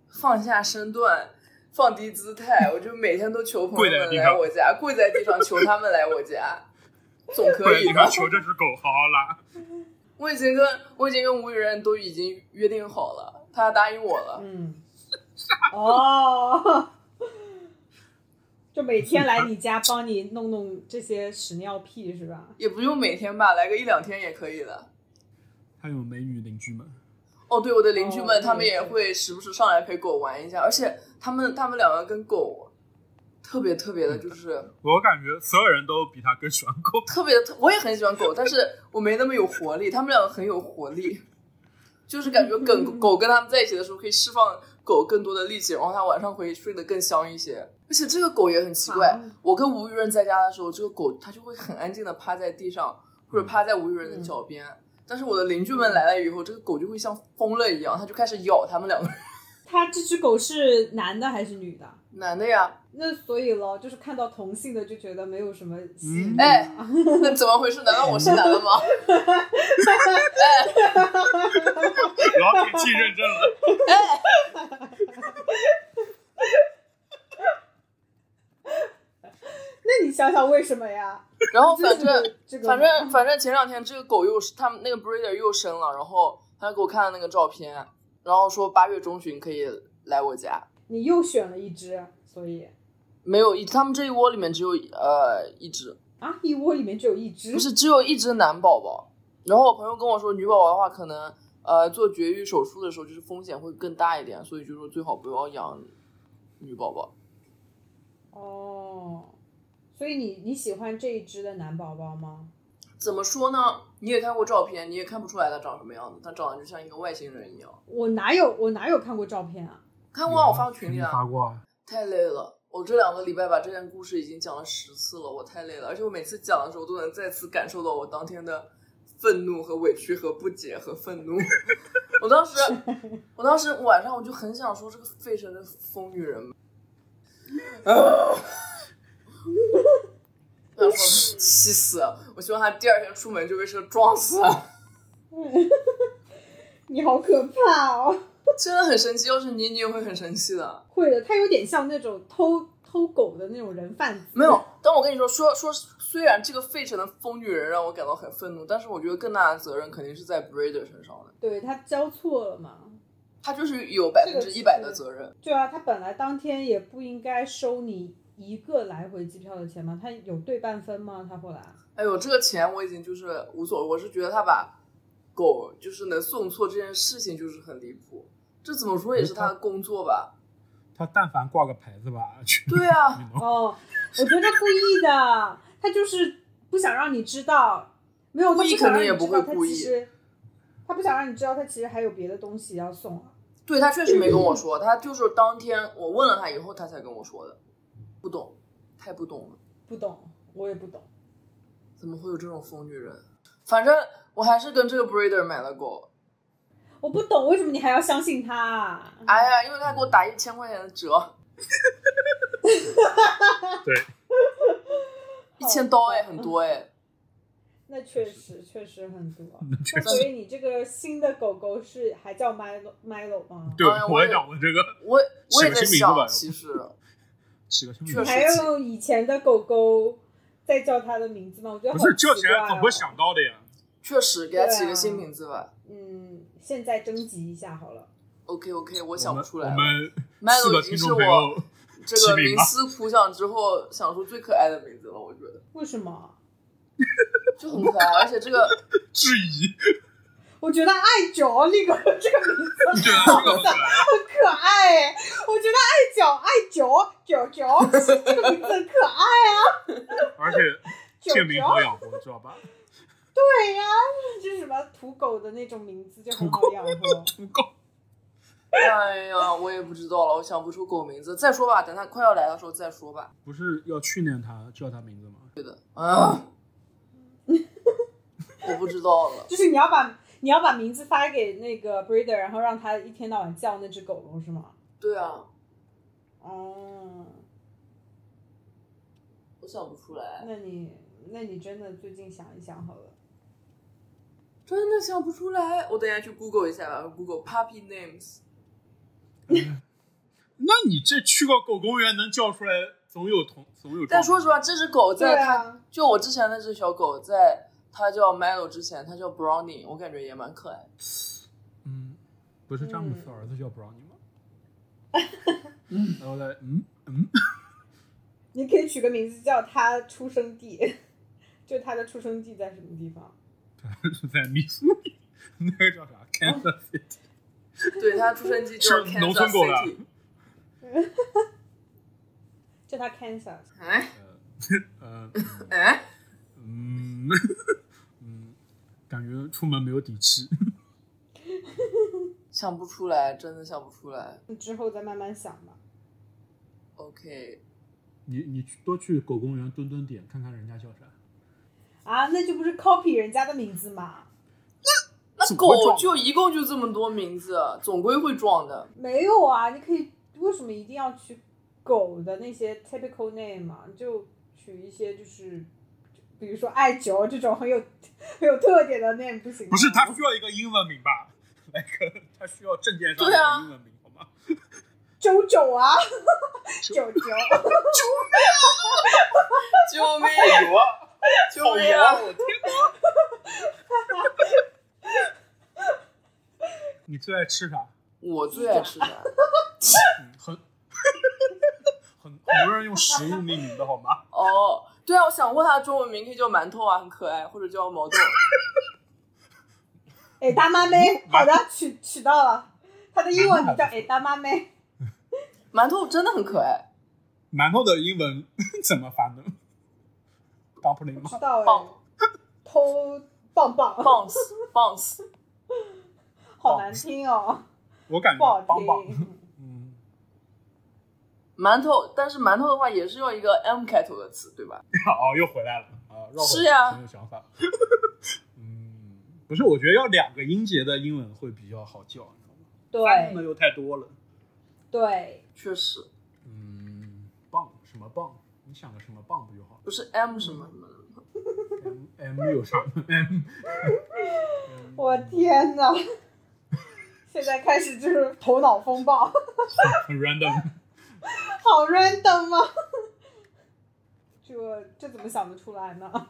A: 放下身段，放低姿态，我就每天都求朋
C: 跪
A: 友
C: 在
A: 们
C: 地
A: 来
C: 上
A: 我家，跪在地上求他们来我家，总
C: 不
A: 可
C: 然
A: 以
C: 你
A: 吧
C: 看？求这只狗好好拉，
A: 我已经跟我已经跟吴雨人都已经约定好了，他答应我了。
B: 嗯。哦。 就每天来你家帮你弄弄这些屎尿屁是吧？
A: 也不用每天吧，来个一两天也可以的。
C: 还有美女邻居们，
A: 哦，对，我的邻居们、
B: 哦
A: 他们也
B: 对对
A: 会时不时上来陪狗玩一下，而且他们他们两个跟狗特别特别
C: 嗯
A: 的，就是
C: 我感觉所有人都比他更喜欢狗。
A: 特别特，我也很喜欢狗，但是我没那么有活力，他们两个很有活力，就是感觉跟狗跟他们在一起的时候可以释放狗更多的力气，然后它晚上会睡得更香一些。而且这个狗也很奇怪
B: 啊，
A: 我跟吴雨润在家的时候，这个狗它就会很安静的趴在地上或者趴在吴雨润的脚边，但是我的邻居们来了以后，这个狗就会像疯了一样，它就开始咬他们两个人。
B: 它这只狗是男的还是女的？
A: 男的呀，
B: 那所以咯，就是看到同性的就觉得没有什么吸引力
C: 嗯
A: 哎
B: 啊，
A: 那怎么回事？难道我是男的吗？
C: 老铁气认真 了，
B: 那你想想为什么呀？
A: 然后反 正
B: 就是这个
A: 反正反正前两天这个狗又是他们那个 breeder 又生了，然后他给我看了那个照片，然后说八月中旬可以来我家。
B: 你又选了一只，所以
A: 没有一，他们这一窝里面只有呃一只，
B: 啊，一窝里面只有一只，
A: 不是只有一只男宝宝。然后我朋友跟我说，女宝宝的话可能呃做绝育手术的时候就是风险会更大一点，所以就说最好不要养女宝宝。
B: 哦，所以你你喜欢这一只的男宝宝吗？
A: 怎么说呢？你也看过照片，你也看不出来它长什么样子，它长得就像一个外星人一样。
B: 我哪有我哪有看过照片啊？
A: 看过啊，我发到群里了。
C: 发过啊，
A: 太累了，我这两个礼拜把这件故事已经讲了十次了，我太累了，而且我每次讲的时候都能再次感受到我当天的愤怒和委屈和不解和愤怒。 我当时，我当时晚上我就很想说这个费城的疯女人，啊我想说气死！我希望他第二天出门就被车撞死，
B: 你好可怕哦！
A: 真的很生气。要是你，你也会很生气的。
B: 会的，他有点像那种偷偷狗的那种人贩子。
A: 没有，但我跟你说，说说，虽然这个费城的疯女人让我感到很愤怒，但是我觉得更大的责任肯定是在 Brader 身上的，
B: 对他交错了嘛？
A: 他就是有百分之一百的责任。
B: 对啊，他本来当天也不应该收你一个来回机票的钱嘛，他有对半分吗？他后来
A: 哎呦，这个钱我已经就是无所谓，我是觉得他把狗就是能送错这件事情就是很离谱，这怎么说也是他的工作吧？
C: 他但凡挂个牌子吧，去
A: 对啊，
B: 哦，我觉得他故意的，他就是不想让你知道，没有，他
A: 故意
B: 不想
A: 肯
B: 让
A: 定也
B: 你知
A: 不会
B: 道他
A: 故
B: 其
A: 意
B: 实他不想让你知道他其实还有别的东西要送啊。
A: 对他确实没跟我说，他就是当天我问了他以后，他才跟我说的，不懂，太不懂了，
B: 不懂，我也不懂。
A: 怎么会有这种疯女人？反正我还是跟这个 breeder 买了狗，
B: 我不懂为什么你还要相信他、啊？
A: 哎呀，因为他给我打一千块钱的折，
C: 对，
A: 一千刀哎，很多哎，
B: 那确实确实很多。
C: 确
B: 那
C: 实
B: 所以你这个新的狗狗是还叫 Milo Milo 吗？
C: 对
A: 哎呀，我
C: 我
A: 也
C: 也讲过这个，
A: 我我也在
C: 省心名字
A: 想，
C: 吧
A: 其实
C: 起个什
A: 确
C: 啊么名字
B: 你
A: 实
B: 还用以前的狗狗再叫它的名字吗？我觉得
C: 不
B: 好
C: 是这
B: 奇
C: 钱
B: 怪哦
C: 怎
A: 啊
C: 么想到的呀？
A: 确实给他起
B: 对
A: 个
B: 啊
A: 新名字吧。
B: 嗯，现在征集一下好了。
A: OK OK，我
C: 我
A: 想不出来
C: 我
A: 了。
C: 们四
A: Milo
C: 个
A: 已经
C: 听
A: 是
C: 众朋
A: 我
C: 友，
A: 这个
C: 起名
A: 冥
C: 吧
A: 思苦想之后想出最可爱的名字了，我觉得
B: 为什么？
A: 就很 可爱，而且这个
C: 质疑，
B: 我觉得爱脚这个这个名字
C: 对啊，这个很可爱。
B: 很可爱，我觉得爱脚爱脚脚脚这个名字很可爱，
C: 而且
B: 九
C: 这名好养活，知道吧？
B: 对呀、这是什么土狗的那种名字就很好养活。
C: 不够，
A: 哎呀，我也不知道了，我想不出狗名字。再说吧，等他快要来的时候再说吧。
C: 不是要训练他叫他名字吗？
A: 啊，我不知道了。
B: 就是你要把你要把名字发给那个 breeder，然后让他一天到晚叫那只狗狗是吗？
A: 对啊，
B: 哦，
A: 我想不出来，
B: 那你那你真的最近想一想好了。
A: 真的想不出来。我等一下去 Google 一下吧，Google puppy names。
C: 那你这去过狗公园能叫出来，总有同总有。
A: 但说实，话，这只狗在它、
B: 啊，
A: 就我之前那只小狗在它叫 Milo 之前，它叫 Brownie，我感觉也蛮可爱的。
C: 嗯，不是詹姆
A: 嗯
C: 斯儿子叫 Brownie 吗？然后来，嗯嗯，
B: 你可以取个名字叫它出生地， 就它的出生地在什么地方？
C: 是 在密苏里， 那个叫啥？Kansas City，
A: 对，它出生地叫
C: 是农村
A: Kansas
C: 狗了
A: City。
B: 叫它 Kansas。
A: 哎
C: 呃，
A: 哎，
C: 嗯嗯 嗯，感觉出门没有底气。
A: 想不出来，真的想不出来。
B: 之后再慢慢想吧。
A: OK，
C: 你你去多去狗公园蹲蹲点，看看人家叫啥。
B: 啊，那就不是 copy 人家的名字嘛？
A: 那
C: 怎么会
A: 狗
C: 撞
A: 就一共就这么多名字，总归会撞的。
B: 没有啊，你可以为什么一定要取狗的那些 typical name 嘛、就取一些就是，比如说艾灸这种很有 很有特点的 name 不行吗？
C: 不是，他需要一个英文名吧？来个， 他需要证件上有
A: 对啊
C: 个英文名，好吗？
B: 九九啊， 九九，
A: 救命！
C: 有啊，
A: 救命啊！
C: 我天哪！ 你最爱吃啥？
A: 我最爱吃 啥？
C: 嗯， 很很很多人用食物命名的好吗？
A: 哦，对啊，我想过它的中文名可以叫馒头啊，很可爱，或者叫毛豆。
B: 哎大妈妹，好的，取取到了。他的英文名叫哎大妈妹，
A: 馒头真的很可爱，
C: 馒头的英文 怎么翻呢？dumpling
B: 不知
C: 吗？
B: 道哎
A: 棒，
B: 偷棒棒，
A: bounce bounce，
B: 好难听哦，
C: 我感
B: 不好
C: 觉棒
B: 听。
C: 棒，嗯，
A: 馒头，但是馒头的话也是用一个 M 开头的词，对吧？
C: 哦，又回来了啊，绕回来
A: 是呀
C: 很有想法。嗯，不是，我觉得要两个音节的英文会比较好叫，你知道吗？单的
B: 对
C: 又太多了。
B: 对，
A: 确实，
C: 嗯，棒什么棒？
E: 你想个什么 bump 就好
A: 不是 M 什么什么的吗？
E: 了。M
C: ？M，M
E: M 有啥 M？
B: 我天哪！ 现在开始就是头脑风暴，
E: 很 random。
B: 好 random 吗？ 这这怎么想得出来呢？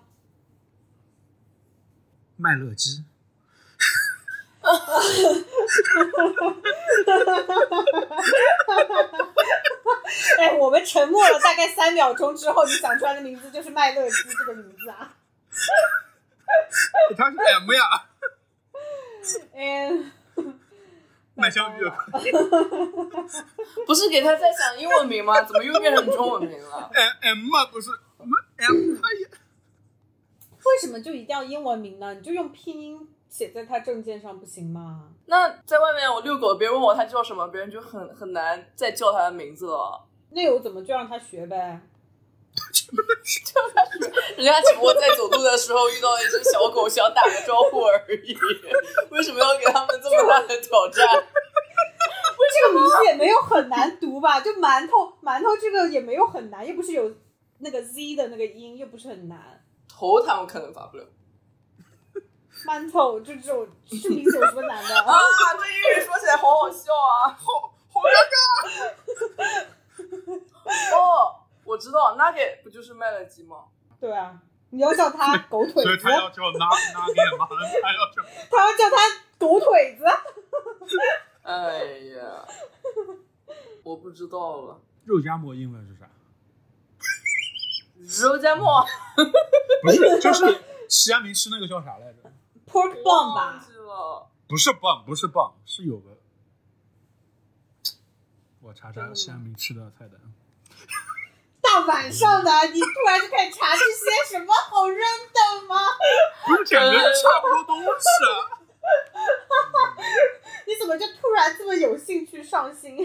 E: 麦乐鸡，
B: 哎，我们沉默了大概三秒钟之后，你想出来的名字就是麦乐鸡这个名字啊。
C: 它是 M 呀，
B: 嗯，
C: 麦香鱼的
A: 不是给他在想英文名 吗？怎么又变成中文名了？
C: M M，M，M 嘛，不是 M 它也
B: 为什么就一定要英文名呢？你就用拼音写在他证件上不行吗？
A: 那在外面我遛狗，别人问我他叫什么，别人就很很 难再叫他的名字了。
B: 那我怎么就让他学呗？
A: 人家只不过在走路的时候遇到了一只小狗，想打个招呼而已。为什么要给他们这么大的挑战？
B: 这个名字也没有很难读吧？就馒头，馒头这个也没有很难，又不是有那个 z 的那个音，又不是很难。
A: 头他们可能发不了
B: 馒头就这种，这名字有什么难 的？
A: 啊！这英语说起来好好笑啊，好好尴尬。哦，我知道，nugget 不就是麦乐鸡吗？
B: 对啊，你要叫他狗腿
C: 所以
B: 子，
C: 它要叫拿拿给嘛，它要叫
B: 他要叫他狗腿子。
A: 哎呀，我不知道了。
E: 肉夹馍英文是啥？
A: 肉夹馍
E: 不是， 就是齐安明吃那个叫啥来着？
B: Pork bomb
A: 忘
B: 吧
A: 记，了，
E: 不是棒，不是棒，是有个。我查查西安明吃的菜单。
B: 大晚上的你突然就开始查这些什么好 random 吗？
C: 不是感觉差不多东 西啊。
B: 你怎么就突然这么有兴趣上心？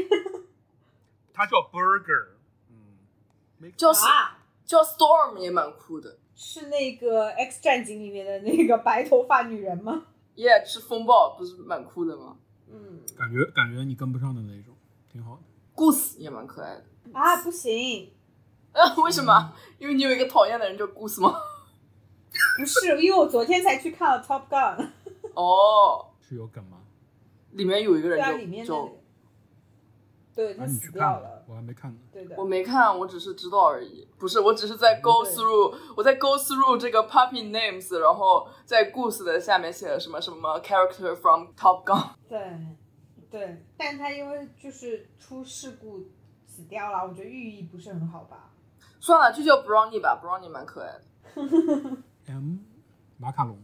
C: 它叫 burger，
E: 嗯
A: 叫
B: 啊，
A: 叫 Storm 也蛮酷的。
B: 是那个《X 战警》里面的那个白头发女人吗？
A: 耶，吃风暴不是蛮酷的吗
B: 嗯
E: 感觉感觉你跟不上的那种，挺好的。
A: ？Goose 也蛮可爱的。
B: 啊，不行，
A: 啊，为什么？
B: 嗯
A: 因为你有一个讨厌的人叫 Goose 吗？
B: 不是，因为我昨天才去看了《Top Gun》，
A: 哦，
E: 是有梗吗？
A: 里面有一个
B: 对
A: 人
B: 啊，
A: 叫
B: 里面那
A: 叫
B: 个，，对
E: 啊，
B: 他
E: 你去看
B: 死掉
E: 了
B: 了，，
E: 我还没看呢。
B: 对的嗯
A: 我。没看，我只是知道而已。不是，我只是在 go
B: 对
A: through，我在 go through 这个 puppy names，然后在 Goose 的下面写了什么什么 character from Top Gun。
B: 对，对，但他因为就是出事故死掉了，我觉得寓意不是很好吧？
A: 算了，就叫 Brownie 吧，Brownie 蛮可爱的。
E: M 马卡龙，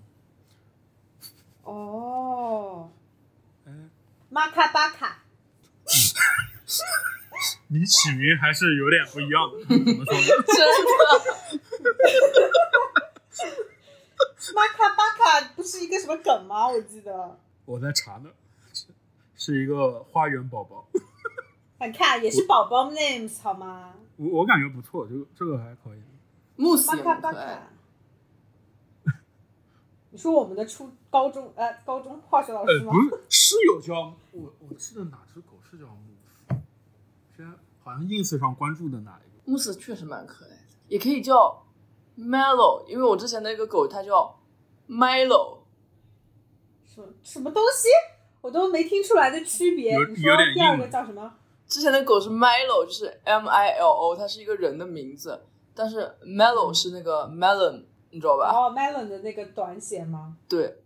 B: 哦，
E: 哎，
B: 马卡巴卡，
C: 你起名还是有点不一样的。怎么说呢？
A: 真的，
B: 马卡巴卡不是一个什么梗吗？我记得，
E: 我在查呢，是是一个花园宝宝。
B: 你看也是宝宝 names 好吗？
E: 我我感觉不错，这个这个还可以。
A: 慕斯
B: 巴
A: 也
B: 卡
A: 蛮可
B: 巴
A: 爱的
B: 卡。 你说我们的初高中呃高中化学老
C: 哎
E: 呃
B: 师，吗
E: 不？是，是有叫我我记得哪只狗是叫木夫，之前好像 ins 上关注的哪一个。
A: 慕斯确实蛮可爱的，也可以叫 Melo，因为我之前的一个狗它叫 Milo，
B: 什么什么东西？我都没听出来的区别。
C: 有
B: 你
C: 有
B: 说
C: 点
B: 第二
C: 硬
B: 个叫什么？
A: 之前的狗是 Milo，就是 M I L O，它是一个人的名字，但是 Melo 是那个 melon，你知道吧？
B: 嗯哦，Melon 的那个短写吗？
A: 对，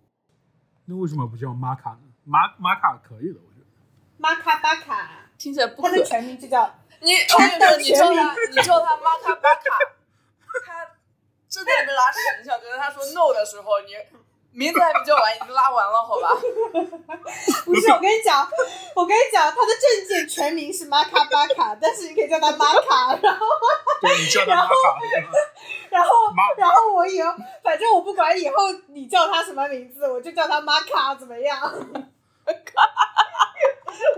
E: 那为什么不叫玛卡呢？玛玛卡可以的，我觉得。
B: 马卡巴卡，
A: 听起来不可
B: 它的全名就叫
A: 你我跟你说，你叫它你叫它 m a k a b a k a 它正在里面拉屎，你想跟它说 no 的时候，你名字还没叫完，已经拉完了，好吧？
B: 不是，我跟你讲，我跟你讲，他的证件全名是马卡巴卡，但是你可以叫他马卡。然后，
C: 对你叫它玛卡，对吧
B: 然后
C: 玛，
B: 然后我以后，反正我不管以后你叫他什么名字，我就叫他马卡，怎么样？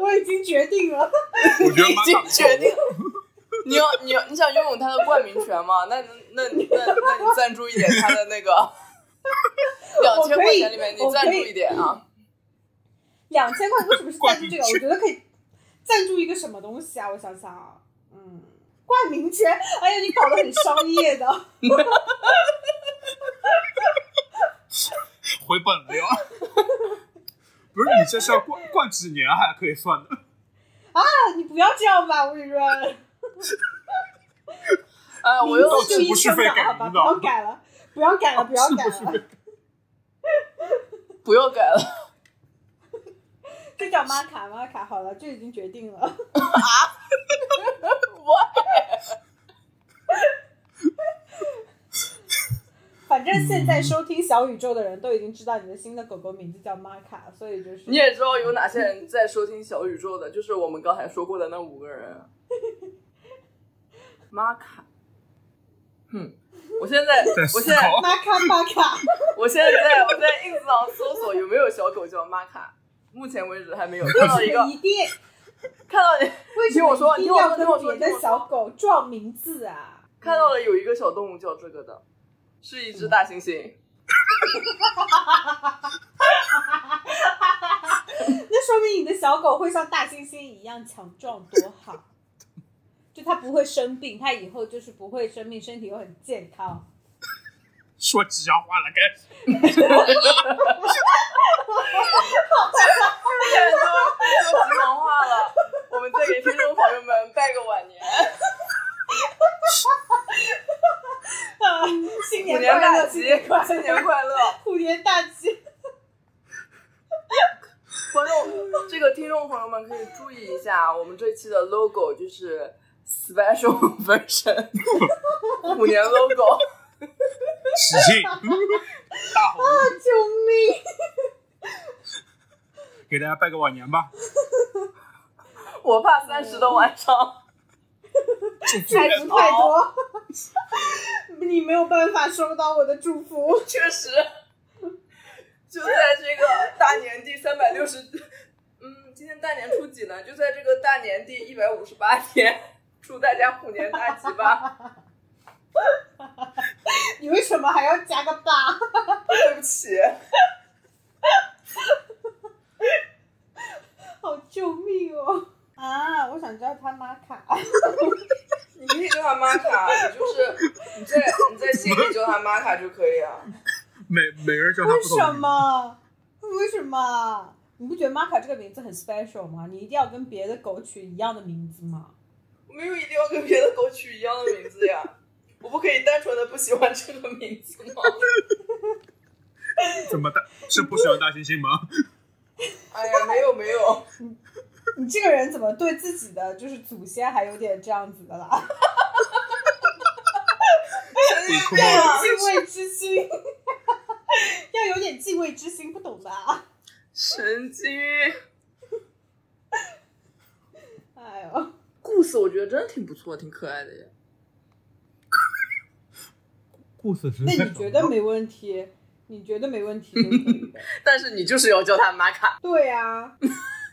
B: 我已经决定了，
C: 我觉得
A: 已
C: 玛
A: 经
C: 卡
A: 决定。你要你要你想拥有他的冠名权吗？那那那那那你赞助一点他的那个两千块钱里面，你赞助一点啊！
B: 两千 块为什么是赞助这个？我觉得可以赞助一个什么东西啊？我想想啊，嗯，冠名权，哎呀，你搞得很商业的。
C: 回本了呀。不是你这是要灌灌几年还可以算的？
B: 你不要这样吧，我跟你说，
A: 哎，我又
B: 名字
C: 到
B: 就
C: 此
B: 一
C: 不是
B: 声
C: 非
B: 港
C: 改
B: 好吧，
C: 名
B: 不
C: 字啊
B: 要改了，不要改啊了，不要
C: 是
B: 改
C: 不是
B: 了，
A: 不要改了，
B: 就叫玛卡玛卡好了，就已经决定了。
A: 我
B: 反正现在收听小宇宙的人都已经知道你的新的狗狗名字叫玛卡，所以就是
A: 你也知道有哪些人在收听小宇宙的，就是我们刚才说过的那五个人。玛卡，哼，我现在，
C: 在
A: 我
C: 思
A: 现在，
C: 考？
B: 玛卡玛 卡，
A: 我现在在我在 ins 上搜索有没有小狗叫玛卡，目前为止还没有看到一个，
B: 一定
A: 看到你
B: 为什
A: 听我说
B: 么一
A: 听
B: 定
A: 我
B: 要
A: 说听我
B: 跟
A: 说
B: 别的
A: 听我说
B: 小狗撞名字啊？
A: 看到了有一个小动物叫这个的，是一只大猩猩。
B: 那说明你的小狗会像大猩猩一样强壮，多好！就它不会生病，它以后就是不会生病，身体又很健康。
C: 说吉祥话了，该
A: 现在都说吉祥话了，我们再给听众朋友们拜个晚年，
B: 啊，新
A: 虎
B: 年
A: 年
B: 快
A: 大
B: 乐，
A: 吉，
B: 新年快
A: 新
B: 乐，
A: 年快乐！
B: 虎年大吉！
A: 观众，这个听众朋友们可以注意一下，我们这期的 logo 就是 special version 虎年 logo，
C: 使劲，大吼，
B: 救
C: 给大家拜个晚年吧，
A: 我怕三十的晚上。
C: 祝福
B: 命！还福
C: 啊
B: 太多， 你没有办法收到我的祝福。
A: 确实，就在这个大年第三百六十，嗯，今天大年初几呢？就在这个大年第一百五十八天，祝大家虎年大吉吧！
B: 你为什么还要加个 八？
A: 对不起，
B: 好救命哦！啊，我想叫它玛卡。
A: 你可以叫他玛卡，你就是你在你在心里叫他玛卡就可以了。
C: 每每人叫他
B: 为
C: 不同的
B: 什
C: 名字
B: 么？为什么？你不觉得玛卡这个名字很 special 吗？你一定要跟别的狗取一样的名字吗？
A: 我没有一定要跟别的狗取一样的名字呀， 我不可以单纯的不喜欢这个名字吗？
C: 怎么大是不喜欢大猩猩吗？
A: 哎呀，没有没有，
B: 你这个人怎么对自己的就是祖先还有点这样子的 啦？
A: 神经病啊！
B: 敬畏之 心，要有点敬畏之心，不懂的啊！
A: 神经！
B: 哎呦，
A: 故事我觉得真的挺不错，挺可爱的呀。
E: 故事是
B: 那你觉得没问题？你觉得没问题就可以的。
A: 但是你就是要叫它玛卡，
B: 对啊，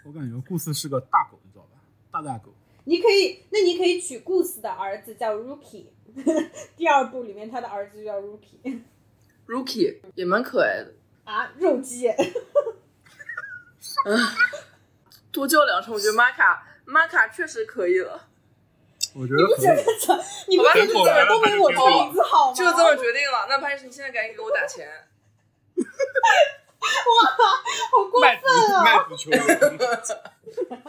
E: 我感觉故事是个大狗，你知道吧？大大狗，
B: 你可以，那你可以取顾斯的儿子叫 Rookie，第二部里面他的儿子就叫 Rookie。
A: Rookie 也蛮可爱的，
B: 啊，肉 鸡，
A: 多叫两声，我觉得玛卡玛卡确实可以了，
E: 我觉得
B: 不
E: 可
B: 觉得
E: 以。
B: 怎么你不觉得怎么都没我这个名字好吗？
A: 就这么决定了。那潘石，你现在赶紧给我打钱，
B: 好过
C: 麦子
B: 分啊！
C: 麦子 球员，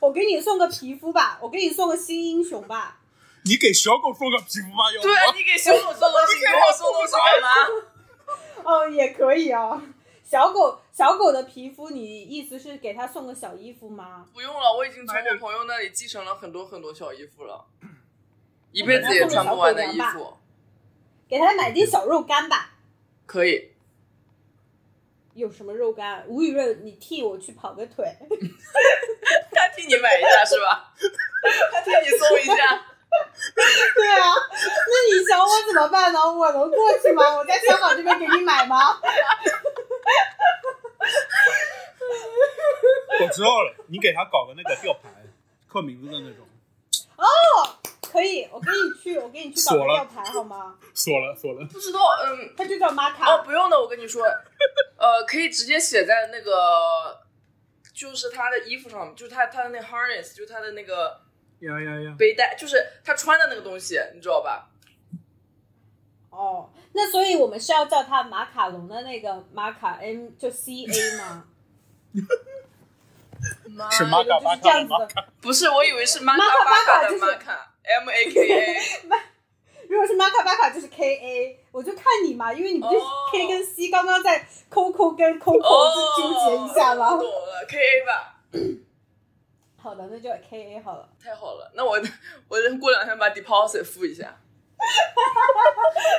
B: 我给你送个皮肤吧，我给你送个新英雄吧。
C: 你给小狗送个皮肤吧，要
A: 对啊，
C: 不
A: 你给小狗送东西，你给 我送东西干嘛？
B: 哦，也可以哦。小狗小狗的皮肤，你意思是给它送个小衣服吗？
A: 不用了，我已经从我朋友那里继承了很多很多小衣服了， 一辈子也穿不完的衣服。
B: 给它买点小肉干吧。
A: 可以，
B: 有什么肉干？吴雨润，你替我去跑个腿。
A: 他替你买一下是吧？ 他替你送一下，
B: 对啊，那你想我怎么办呢？我能过去吗？我在香港这边给你买吗？
C: 我知道了，你给他搞个那个吊牌，刻名字的那种，
B: 可以，我给你去，我给你去搞个
C: 锁了
B: 吊牌好吗？
C: 锁了锁了，
A: 不知道，嗯，
B: 它就叫玛卡。
A: 哦，不用的，我跟你说，呃，可以直接写在那个，就是他的衣服上，就是他他的那 harness，就是他的那个
C: 呀呀呀！
A: 背带，就是他穿的那个东西，你知道吧？
B: 哦，那所以我们是要叫它马卡龙的那个马卡 M 就 C A 吗？
A: 妈
C: 是马卡
B: 就
C: 巴
B: 是这
C: 卡
B: 样
C: 的
B: 子
C: 吗？
B: 的。
A: 不是，我以为是玛卡
B: 玛卡
A: 巴卡
B: 巴卡
A: 的
B: 就是
A: 玛卡，M A K A。
B: 如果是马卡巴卡就是 K A，我就看你嘛，因为你不是
A: 哦
B: K 跟 C 刚刚在 Coco 跟 Coco
A: 哦，
B: 就纠结一下
A: 我
B: 吗？
A: 哦懂了，K A 吧？
B: 好的，那就 K A 好了。
A: 太好了，那我我过两天把 deposit 付一下。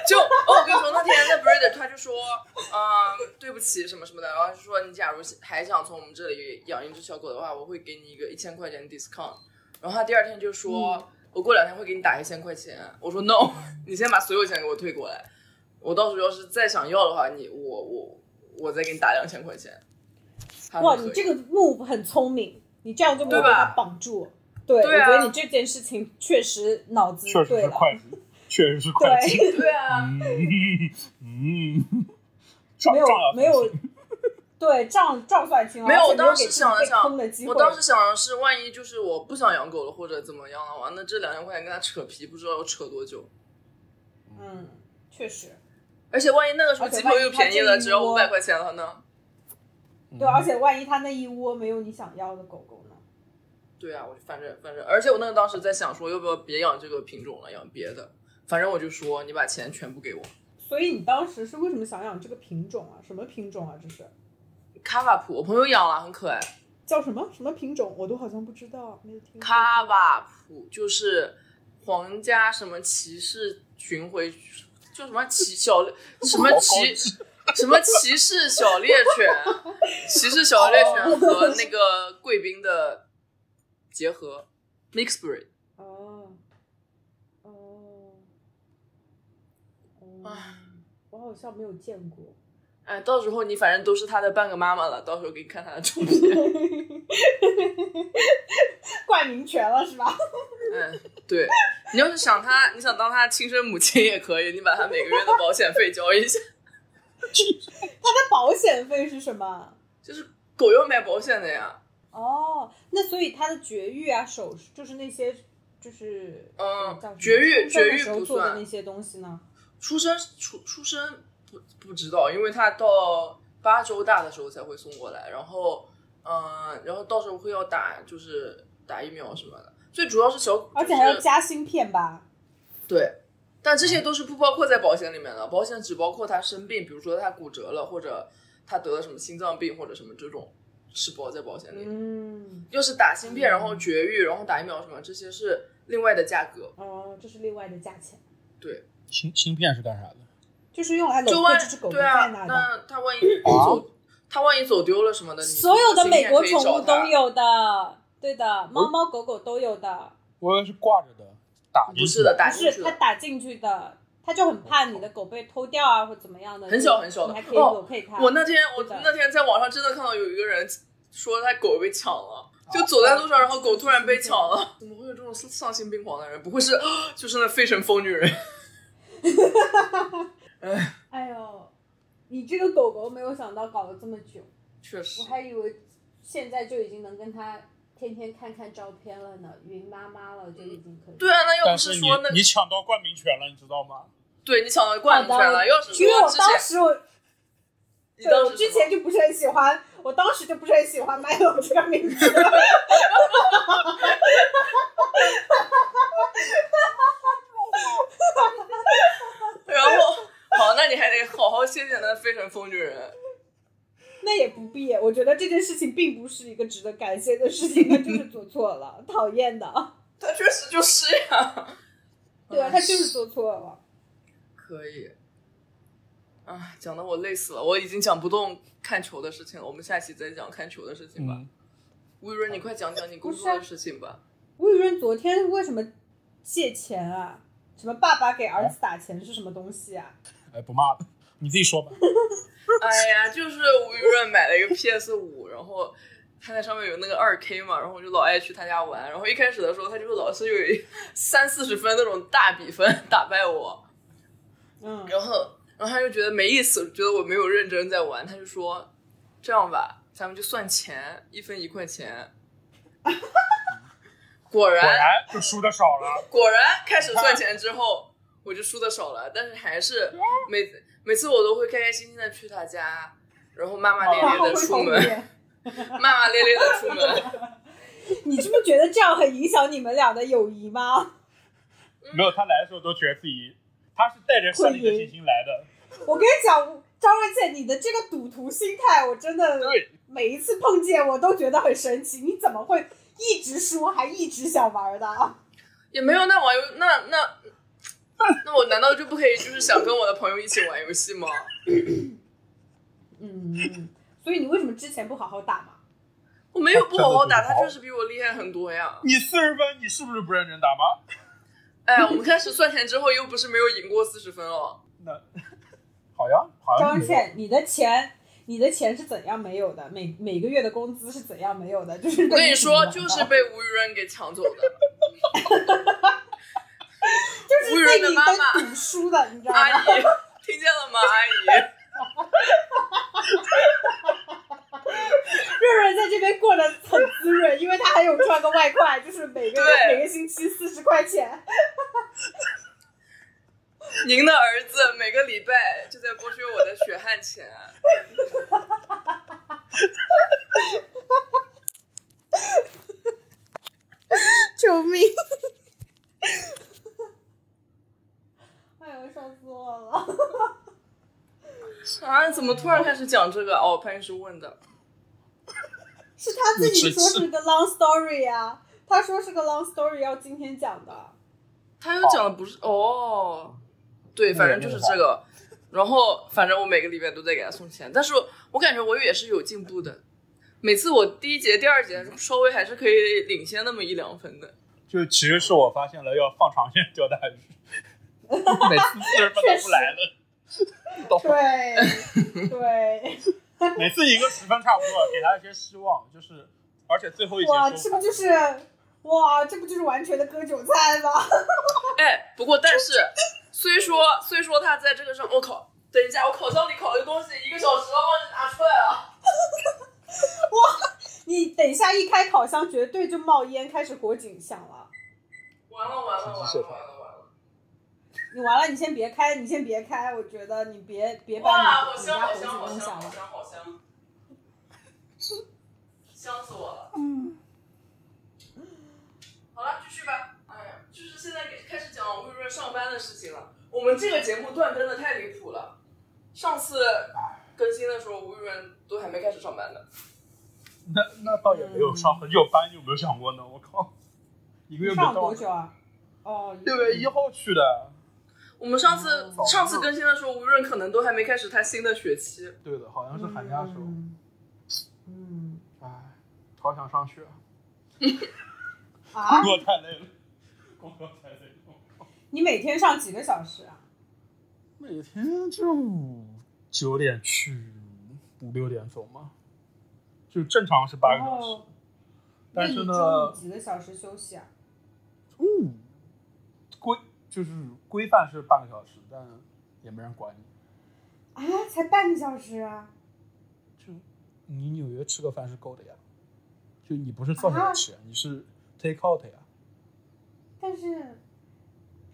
A: 就哦，我跟你说，那天那 Brady 他就说，嗯，对不起什么什么的，然后就说你假如还想从我们这里养一只小狗的话，我会给你一个一千块钱 discount。然后他第二天就说，
B: 嗯
A: 我过两天会给你打一千块钱。我说 no，你 先把所有钱给我退过来，我到时候要是再想要的话，你我我我再给你打两千块钱。他说
B: 哇，
A: 可
B: 你
A: 以
B: 这个 move 很聪明，你这样就没有
A: 对
B: 把
A: 吧
B: 它绑住。对，
A: 对啊
B: 我觉得你这件事情确实脑子
E: 确实
B: 对
E: 是
B: 了。
E: 会计，确实是会计。
B: 对，
A: 对啊，
E: 嗯嗯，撞
B: 没有
E: 撞了
B: 没有，对账账算清了。
A: 没有
B: 而且
A: 我当时
B: 给自己
A: 想了
B: 被
A: 想
B: 坑的机会
A: 我当时想的是，万一就是我不想养狗了，或者怎么样的话，那这两千块钱跟他扯皮，不知道要扯多久。
B: 嗯，确实。
A: 而且万一那个时候
B: 而且
A: 机票又便宜了，
B: 万一他这一窝
A: 只要五百块钱了呢？
E: 嗯
B: 对，而且万一他那一窝没有你想要的狗狗呢？
A: 对啊，我就反正反正，而且我那个当时在想说，要不要别养这个品种了，养别的。反正我就说，你把钱全部给我。
B: 所以你当时是为什么想养这个品种啊？什么品种啊？这是
A: 卡瓦普，我朋友养了，很可爱。
B: 叫什么什么品种？我都好像不知道，没有听过。
A: 卡瓦普就是皇家什么骑士巡回，就什么骑小什么骑什么骑士小猎犬，骑士小猎犬和那个贵宾的结合，mix breed。
B: 哦，哦，哦
A: 唉，
B: 我好像没有见过。
A: 哎，到时候你反正都是他的半个妈妈了，到时候给你看他的照片。
B: 冠名权了是 吧？
A: 嗯，对，你要是想他，你想当他亲生母亲也可以，你把他每个月的保险费交一下。
B: 它的保险费是什么？
A: 就是狗要买保险的呀，
B: 哦，那所以它的绝育啊、手术就是那些就是
A: 嗯
B: 叫什么
A: 绝育
B: 出生的
A: 绝育
B: 时候
A: 不
B: 做的
A: 算
B: 那些东西呢？
A: 出生出出生不不知道，因为他到八周大的时候才会送过来，然后嗯，然后到时候会要打就是打疫苗什么的，最主要是小
B: 而且还要
A: 就是
B: 加芯片吧？
A: 对，但这些都是不包括在保险里面的，保险只包括他生病，比如说他骨折了或者他得了什么心脏病或者什么这种是包在保险里，
B: 嗯，
A: 要是打芯片，然后绝育，然后打疫苗什么这些是另外的价格，
B: 哦，这是另外的价钱，
A: 对，
E: 芯芯片是干啥的？
B: 就是用来
A: 就
B: 笼
A: 万
B: 络这只狗狗
A: 对
B: 在
A: 啊
B: 哪，的。
A: 那他万一
E: 啊
A: 走，他万一走丢了什么的，你
B: 所有的美国宠物都
A: 你可以找
B: 有的，对的，猫猫狗狗都有的。
E: 我以为是挂着的，打
A: 他。
E: 进
A: 不
E: 去
A: 是的，，打
B: 不
A: 进
B: 是
A: 去
B: 它
A: 了。
B: 打进去的，它就很怕你的狗被偷掉啊，或怎么样的。
A: 很小很小的
B: 你还可以
A: 哦
B: 躲配它。
A: 我那天我
B: 对的
A: 那天在网上真的看到有一个人说他狗被抢了，
B: 哦
A: 就走在路上，然后狗突然被抢了，怎么会有这种丧心病狂的人？不会是就是那费城疯女 人？
B: 哎呦，你这个狗狗没有想到搞了这么久，
A: 确实
B: 我，还以为现在就已经能跟它天天看看照片了呢，云妈妈了就已经可以。
A: 对啊，那要
E: 但
A: 不
E: 是你
A: 说那
E: 你抢到冠名权了，你知道吗？
A: 对你抢到冠军
B: 好
A: 了，
B: 的
A: 要是说
B: 因为我
A: 之
B: 当
A: 前
B: 时我
A: 你
B: 对
A: 当
B: 我
A: 时
B: 之
A: 什么
B: 前就不是很喜欢，我当时就不是很喜欢麦董这个名字。
A: 然后好，那你还得好好谢谢那费城疯女人。
B: 那也不必，我觉得这件事情并不是一个值得感谢的事情，他就是做错了，讨厌的。
A: 他确实就是呀。
B: 对啊，他就是做错了。
A: 可以。啊，讲的我累死了，我已经讲不动看球的事情了。我们下期再讲看球的事情吧。
E: 嗯，
A: 吴雨润，你快讲讲你工
B: 不是
A: 作
B: 啊
A: 的事情吧。
B: 吴雨润昨天为什么借钱啊？什么爸爸给儿子打钱是什么东西啊？
E: 哎，不骂了，你自己说吧。
A: 哎呀，就是吴雨润买了一个 PS 五，然后他在上面有那个二 K 嘛，然后我就老爱去他家玩。然后一开始的时候，他就是老是有一三四十分那种大比分打败我。
B: 嗯，
A: 然后，然后他就觉得没意思，觉得我没有认真在玩，他就说：“ 这样吧，咱们就算钱，一分一块钱。”果
C: 果
A: 然
C: 然就输的少了。
A: 果然开始
B: 啊
A: 算钱之后，我就输的少了，但是还是
B: 嗯
A: 每每次我都会开开心心的去他家，然后骂骂咧
B: 然
A: 咧
B: 后哦会
A: 的出
B: 后
A: 门，
B: 面。
A: 骂骂咧咧的出 门。
B: 你是不是觉得这样很影响你们俩的友谊吗？
C: 没有，他来的时候都觉得自己，他是带着胜利的信心来的。
B: 我跟你讲，张瑞倩，你的这个赌徒心态，我真的
C: 对，
B: 每一次碰见我都觉得很神奇。你怎么会一直输，还一直想玩的？啊
A: 也没有那玩游那 那那我难道就不可以就是想跟我的朋友一起玩游戏吗？
B: 嗯，所以你为什么之前不好好打嘛？
A: 我没有不好好打，
C: 他
A: 他
C: 真的不好
A: 确实比我厉害很多呀。
C: 你四十分，你是不是不认真打吗？
A: 哎呀，我们开始算钱之后，又不是没有赢过四十分哦。
C: 那好呀，好像
B: 张
C: 是没有
B: 倩，你的钱，你的钱是怎样没有的？每每个月的工资是怎样没有的？就是
A: 我跟
B: 被
A: 你说，
B: 玩的
A: 就是被吴雨润给抢走的。
B: 就是
A: 无
B: 被
A: 人的
B: 你
A: 妈哎妈
B: 跟赌输的，你知道
A: 阿
B: 吗？
A: 姨， 听见了吗？阿姨，
B: 润润在这边过得很滋润，因为他还有赚个外 快，就是每个
A: 对
B: 每个星期四十块钱。
A: 您的儿子每个礼拜就在剥削我的血汗钱。
B: 救命！哎呦，笑死我了！
A: 啊，怎么突然开始讲这个？哦，潘医师问的。
B: 是他自己说是个 long story 呀、啊，他说是个 long story，要今天讲的。
A: 他又讲的不是哦，对，反正就是这个。然后反正我每个礼拜都在给他送钱，但是我感觉我也是有进步的。每次我第一节、第二节稍微还是可以领先那么一两分的。
C: 就其实是我发现了要放长线钓大 鱼，每次四十分都不来了，
B: 对对，
C: 每次赢个十分差不多，给他一些希望，就是而且最后一节
B: 哇，
C: 收
B: 这
C: 盘
B: 不就是哇，这不就是完全的割韭菜吗？
A: 哎，不过但是， 虽说虽说他在这个上，我靠，等一下，我烤箱里烤的东西一个小时了，忘记拿出来了。
B: 你等一下一开烤箱，绝对就冒烟，开始火警响了。
A: 完了完了完了
C: 信
A: 完
C: 息
A: 了
C: 社团
A: 完了！
B: 你完了，你先别开，你先别开，我觉得你别别把
A: 哇，
B: 你
A: 好
B: 你
A: 香
B: 家
A: 好
B: 火警
A: 香好
B: 弄
A: 香
B: 响
A: 好
B: 了。
A: 香好 香，香死我了。
B: 嗯，
A: 好了，继续吧。哎呀，就是现在开始讲魏润上班的事情了。我们这个节目断更的太离谱了。上次更新的时候，吴雨润都还没开始上班呢。
C: 那那倒也没有上很久班，有没有想过呢？我靠，一个月
B: 嗯
C: 没
B: 上
C: 到，
B: 了多久啊？哦，
C: 六月一号去的。
A: 我们上次
C: 嗯
A: 上次更新的时候，吴雨润可能都还没开始他新的学期。
C: 对的，好像是寒假时候。
B: 嗯嗯
C: 唉，好想上学，
B: 啊，
C: 作太累了，工作太累了。
B: 你每天上几个小时啊？
C: 每天就五九点去，五六点走嘛，就正常是八个
B: 然
C: 小时
B: 后，，哦那
C: 但
B: 你
C: 是
B: 中
C: 呢
B: 午，几个小时休息啊？
C: 中午规哦就是规范是半个小时，但也没人管你。
B: 啊，才半个小时啊！
C: 就你纽约吃个饭是够的呀，就你不是坐下来吃，你是 take out 呀。
B: 但是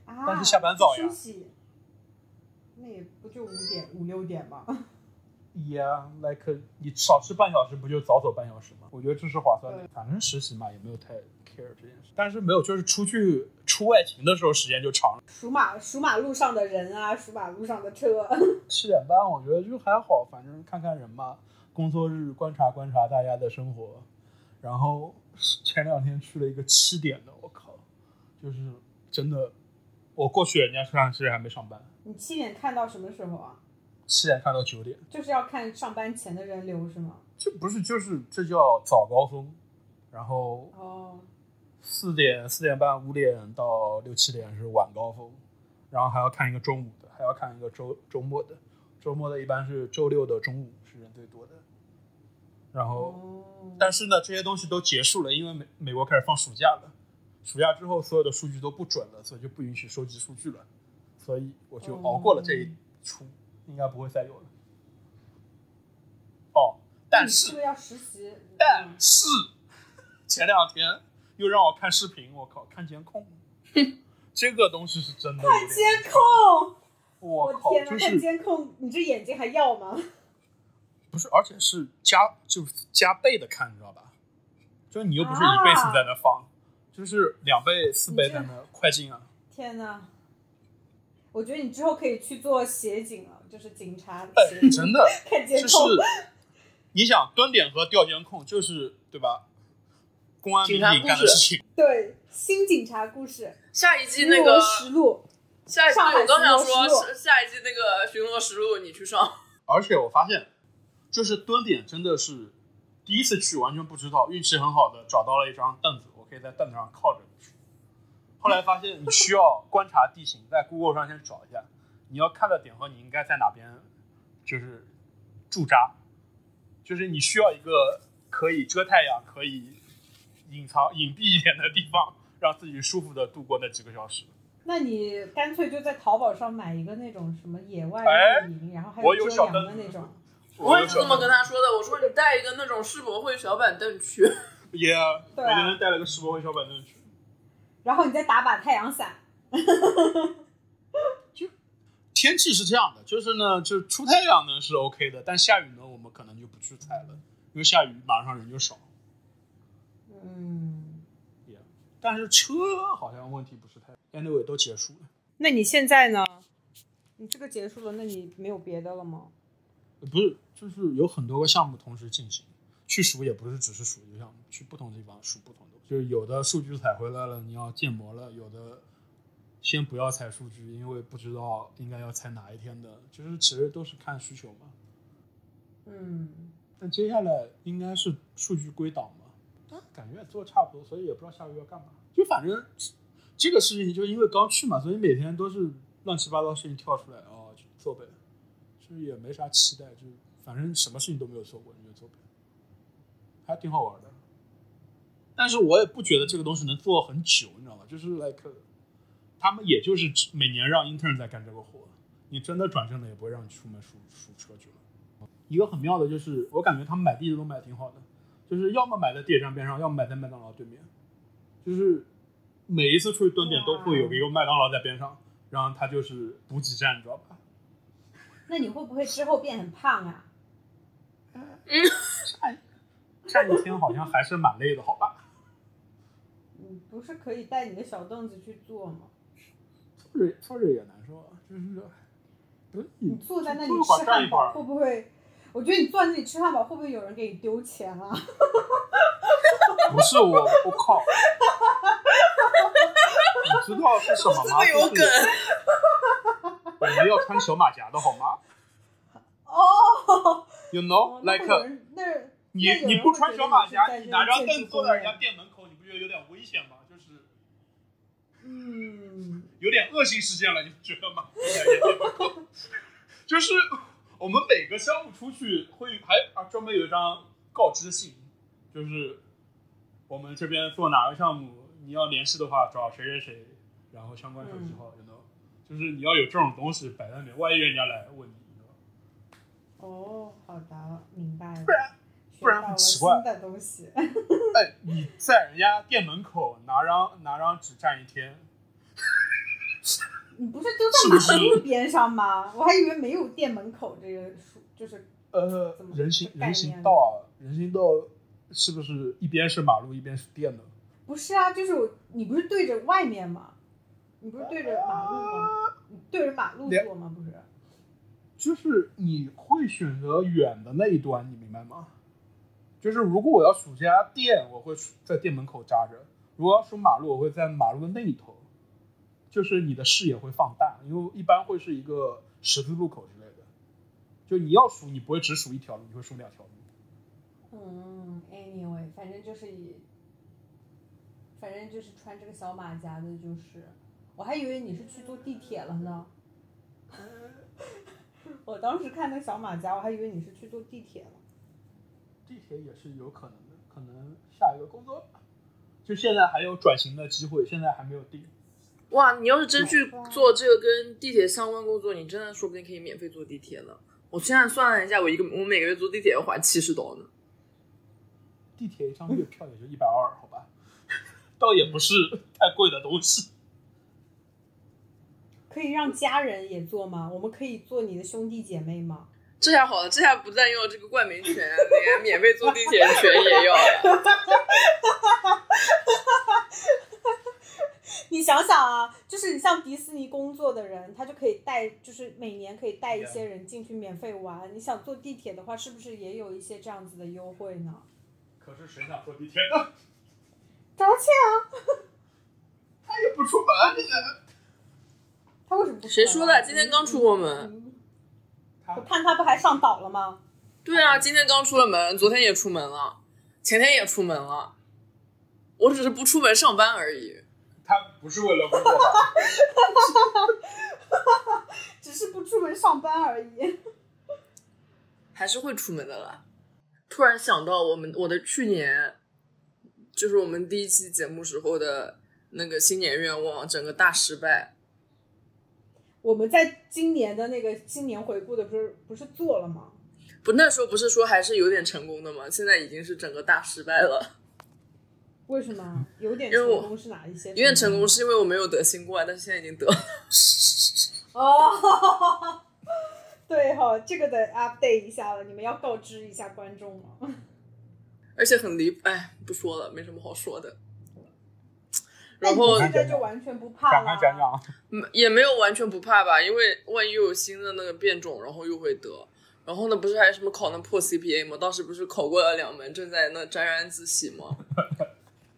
B: 啊，
C: 但是下班早呀
B: 休息，那也不就五点五六点吗？
C: Yeah，like 你少吃半小时不就早走半小时吗？我觉得这是划算的。反正实习嘛，也没有太 care 这件事。但是没有，就是出去出外勤的时候时间就长了。
B: 数马数马路上的人啊，数马路上的车，
C: 七点半我觉得就还好，反正看看人嘛，工作日观察观察大家的生活。然后前两天去了一个七点的，我靠，就是真的，我过去人家上其实还没上班，
B: 你七点看到什么时候啊？
C: 七点看到九点，
B: 就是要看上班前的人流是吗？
C: 这不是就是这叫早高峰，然后
B: 哦，
C: 四点、四点半、五点到六七点是晚高峰，然后还要看一个中午的，还要看一个周周末的。周末的一般是周六的中午是人最多的。然后，
B: 哦，
C: 但是呢，这些东西都结束了，因为美美国开始放暑假了，暑假之后所有的数据都不准了，所以就不允许收集数据了，所以我就熬过了这一出，应该不会再有了。哦哦，但
B: 你
C: 是
B: 是不是要实习？
C: 但
B: 嗯
C: 是前两天又让我看视频，我靠，看监控，这个东西是真的有点。
B: 监控，
C: 我
B: 我
C: 靠，
B: 天哪！
C: 就
B: 看
C: 是
B: 监控，你这眼睛还要吗？
C: 不是，而且是加就是加倍的看，你知道吧？就是你又不是一倍速
B: 啊
C: 在那放，就是两倍、四倍在那快进啊。
B: 天哪！我觉得你之后可以去做协警了，就是警察
C: 哎
B: 协，警，
C: 真的，
B: 看监
C: 就
B: 控。
C: 是你想蹲点和调监控，就是对吧？公安民
A: 警察
C: 警干
A: 故
C: 的
A: 事
C: 事情，
B: 对，新警察故事
A: 下一季
B: 《
A: 那
B: 巡逻
A: 个
B: 实录
A: 下一季，
B: 上海
A: 我刚想
B: 巡逻实录
A: 说是下一季那个《巡逻实录》，你去上。
C: 而且我发现，就是蹲点真的是第一次去完全不知道，运气很好的找到了一张凳子，我可以在凳子上靠着去。后来发现你需要观察地形，在 Google 上先找一下你要看的点和你应该在哪边就是驻扎，就是你需要一个可以遮太阳、可以隐藏隐蔽一点的地方，让自己舒服的度过那几个小时。》，
B: 那你干脆就在淘宝上买一个那种什么野外
C: 哎
B: 露营，然后还
C: 我有
B: 遮
C: 小
B: 阳的
C: 灯
B: 那种。
A: 我也是这么跟他说的，我说你带一个那种世博会小板凳去，
C: 也、我
B: 对啊
C: 今天带了个世博会小板凳去。
B: 然后你再打把太阳伞，
C: 天气是这样的，就是呢，就出太阳呢是 OK 的，但下雨呢，我们可能就不去采了，因为下雨马上人就少。
B: 嗯，
C: 但是车好像问题不是太，anyway 都结束了。
B: 那你现在呢？你这个结束了，那你没有别的了吗？
C: 呃不是，就是有很多个项目同时进行，去数也不是只是数一个项目，去不同的地方数不同的，就是有的数据采回来了，你要建模了；有的先不要采数据，因为不知道应该要采哪一天的，就是其实都是看需求嘛。
B: 嗯，
C: 但接下来应该是数据归档嘛，但感觉也做得差不多，所以也不知道下个月要干嘛。就反正这个事情，就因为刚去嘛，所以每天都是乱七八糟事情跳出来，哦，就做呗，就是也没啥期待，就反正什么事情都没有做过，你就做呗，还挺好玩的。但是我也不觉得这个东西能做很久，你知道吗？就是 like，他们也就是每年让 intern 在干这个活，你真的转正了也不会让你出门数数车去了。一个很妙的就是，我感觉他们买地址都买的挺好的，就是要么买在地铁站边上，要么买在麦当劳对面，就是每一次出去蹲点都会有一个麦当劳在边上，然后它就是补给站，你知道吧？
B: 那你会不会之后变很胖啊？
C: 站一天好像还是蛮累的，好吧？
B: 你嗯不是可以带你的小凳子去坐吗？
C: 坐着坐着也难受，啊，就是不是
B: 你
C: 你
B: 坐在那里
C: 坐一会儿
B: 吃
C: 站
B: 汉
C: 一会
B: 堡
C: 儿
B: 会，不会？我觉得你坐在那里吃汉堡会不会有人给你丢钱 啊？
C: 不是我，我靠！你知道是什么吗？
A: 这么有
C: 就是
A: 梗。
C: 我们要穿小马甲的好吗
B: 哦，
C: ？You know,
B: 那
C: like
B: 会有人那
C: 你
B: 那有人
C: 你不穿小马
B: 会
C: 甲，
B: 觉得
C: 你
B: 是
C: 拿
B: 在
C: 张
B: 这个建
C: 凳
B: 筑
C: 坐在人
B: 工
C: 家
B: 人
C: 店门口，你不觉得有点危险吗？就是
B: 嗯，
C: 有点恶性事件了，你不觉得吗？ 在人家店门口就是我们每个项目出去会还啊专门有一张告知信，就是我们这边做哪个项目，你要联系的话找谁谁谁，然后相关手机号，you know，就是你要有这种东西摆在那边，万一人家来问你，你知道吗
B: 哦，好的，明白了。
C: 不然不
B: 学到
C: 然很
B: 了
C: 奇怪
B: 新的东西，
C: 哎，你在人家店门口拿张拿张纸站一天，
B: 你不是丢在马路边上吗？我还以为没有店门口这个数，就是
C: 呃
B: 怎么，
C: 人行
B: 概念
C: 人行道啊，人行道是不是一边是马路一边是店呢？
B: 不是啊？就是我，你不是对着外面吗？你不是对着马路吗？你对着马路
C: 两
B: 坐吗？不是。
C: 就是你会选择远的那一端，你明白吗？就是如果我要数这家店，我会在店门口扎着；如果要数马路，我会在马路的那一头。就是你的视野会放大，因为一般会是一个十字路口之类的。就你要数，你不会只数一条路，你会数两条路。
B: 嗯，anyway，反正就是以，反正就是穿这个小马甲的，就是，我还以为你是去坐地铁了呢。 我当时看那小马甲，我还以为你是去坐地铁了。
C: 地铁也是有可能的，可能下一个工作，就现在还有转型的机会，现在还没有定。
A: 哇，你要是真去做这个跟地铁相关工作，你真的说不定可以免费坐地铁了。我现在算了一下，我一个我每个月坐地铁要花七十刀呢。
C: 地铁一张月票也就一百二，好吧？
E: 倒也不是太贵的东西。
B: 可以让家人也做吗？我们可以做你的兄弟姐妹吗？
A: 这下好了，这下不但要这个冠名权，啊连免费坐地铁权也要了。
B: 你想想啊，就是你像迪士尼工作的人，他就可以带，就是每年可以带一些人进去免费玩。你想坐地铁的话，是不是也有一些这样子的优惠呢？
E: 可是谁想坐地铁呢？
B: 找钱啊！
E: 他也不出门，这个。
B: 他为什么不出
A: 谁
B: 门啊？
A: 说的？今天刚出过门。
B: 嗯。我看他不还上岛了吗？
A: 对啊，今天刚出了门，昨天也出门了，前天也出门了。我只是不出门上班而已。
E: 他不是为了工作吧？
B: 只是不出门上班而已。
A: 还是会出门的啦。突然想到我们我的去年，就是我们第一期节目时候的那个新年愿望，整个大失败。
B: 我们在今年的那个新年回顾的不是不是做了吗？
A: 不，那时候不是说还是有点成功的吗？现在已经是整个大失败了。
B: 为什么有点
A: 因为
B: 成
A: 我
B: 功是哪一些？
A: 有点成功是因为我没有得新冠，但是现在已经得了。
B: 哦， 对哈、这个得 update 一下了，你们要告知一下观众了。
A: 而且很离谱，哎，不说了，没什么好说的。
B: 那
A: 然
B: 哎你
A: 后
B: 现在就完全不怕
C: 讲
B: 了
C: 啊。讲讲，
A: 嗯也没有完全不怕吧，因为万一又有新的那个变种，然后又会得。然后呢，不是还什么考那破 CPA 吗？当时不是考过了两门，正在那沾沾自喜吗？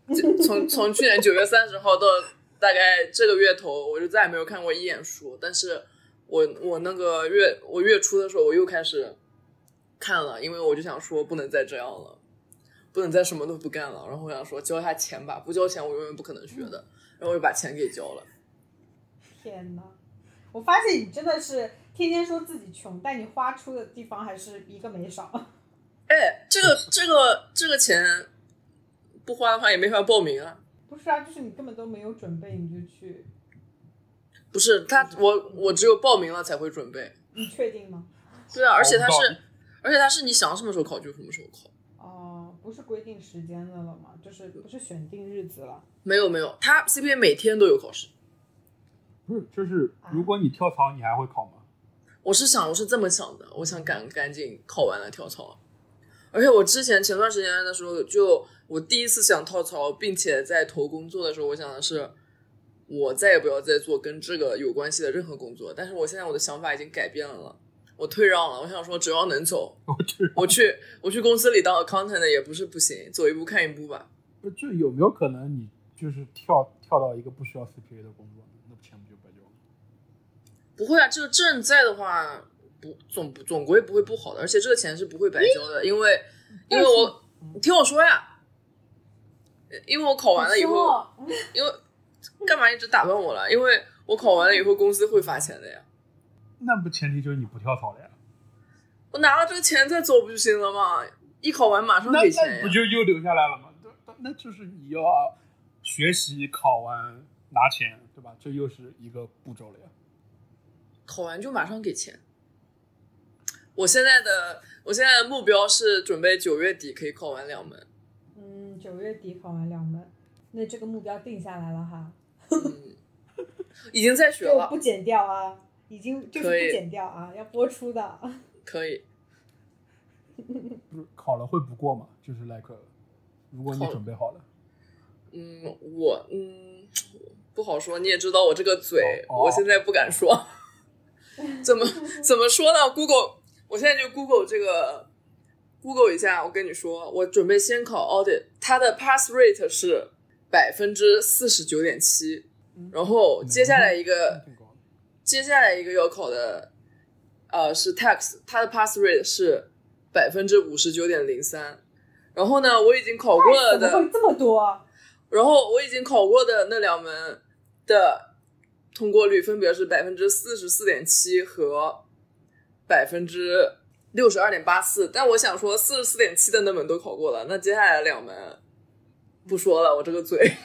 A: 就从从去年九月三十号到大概这个月头，我就再也没有看过一眼书。但是我我那个月我月初的时候，我又开始看了，因为我就想说不能再这样了，不能再什么都不干了。然后我想说交一下钱吧，不交钱我永远不可能学的。然后我就把钱给交了。
B: 天哪，我发现你真的是天天说自己穷，但你花出的地方还是一个没少。
A: 哎，这个这个这个钱不花的话也没法报名啊。
B: 不是啊，就是你根本都没有准备，你就去，
A: 不是他，我我只有报名了才会准备。
B: 你确定吗？
A: 对啊，而且他
E: 哦报
A: 是
E: 名，
A: 而且他是你想什么时候考就什么时候考。
B: 哦，不是规定时间的了吗？就是不是选定日子了？
A: 没有没有，他 CPA 每天都有考试。
E: 不是，就是如果你跳槽，你还会考吗？
A: 我是想，我是这么想的，我想赶赶紧考完了跳槽。而且我之前前段时间的时候，就我第一次想跳槽，并且在投工作的时候，我想的是，我再也不要再做跟这个有关系的任何工作。但是我现在我的想法已经改变了，我退让了。我想说，只要能走，
E: 我去，
A: 我去我去公司里当 accountant 也不是不行，走一步看一步吧。
E: 不就有没有可能你就是跳跳到一个不需要 CPA 的工作呢？那钱不就白交了？
A: 不会啊，这个证在的话，不总不总归不会不好的，而且这个钱是不会白交的，因为因为我你听我说呀，因为我考完了以后，
B: 说
A: 因为干嘛一直打断我了？因为我考完了以后，公司会发钱的呀，
E: 那不前提就是你不跳槽了呀？
A: 我拿了这个钱再走不就行了吗？一考完马上
E: 那
A: 给钱
E: 那
A: 呀
E: 不，就又留下来了吗？对对那就是你要学习、考完、拿钱，对吧？这又是一个步骤了呀。
A: 考完就马上给钱。我现在的我现在的目标是准备九月底可以考完两门，
B: 嗯，九月底考完两门，那这个目标定下来了哈，
A: 嗯，已经在学
B: 就
A: 了
B: 不，剪掉啊，已经就是
A: 可以
B: 不剪掉啊，要播出的。
A: 可以。
E: 不是考了会不过吗？就是 like，如果你
A: 考
E: 准备好了，
A: 嗯，我嗯不好说，你也知道我这个嘴，
E: 哦哦
A: 我现在不敢 说。怎么怎么说呢？Google，我现在就 Google 这个，Google 一下。我跟你说，我准备先考 audit，它的 pass rate 是百分之四十九点七，
B: 嗯
A: 然后接下来一个
E: 挺高的
A: 接下来一个要考的，呃，是 tax，它的 pass rate 是百分之五十九点零三。然后呢，我已经考过了
B: 怎么
A: 的。
B: 会这么多？啊
A: 然后我已经考过的那两门的通过率分别是百分之四十四点七和百分之六十二点八四，但我想说四十四点七的那门都考过了，那接下来的两门不说了，我这个嘴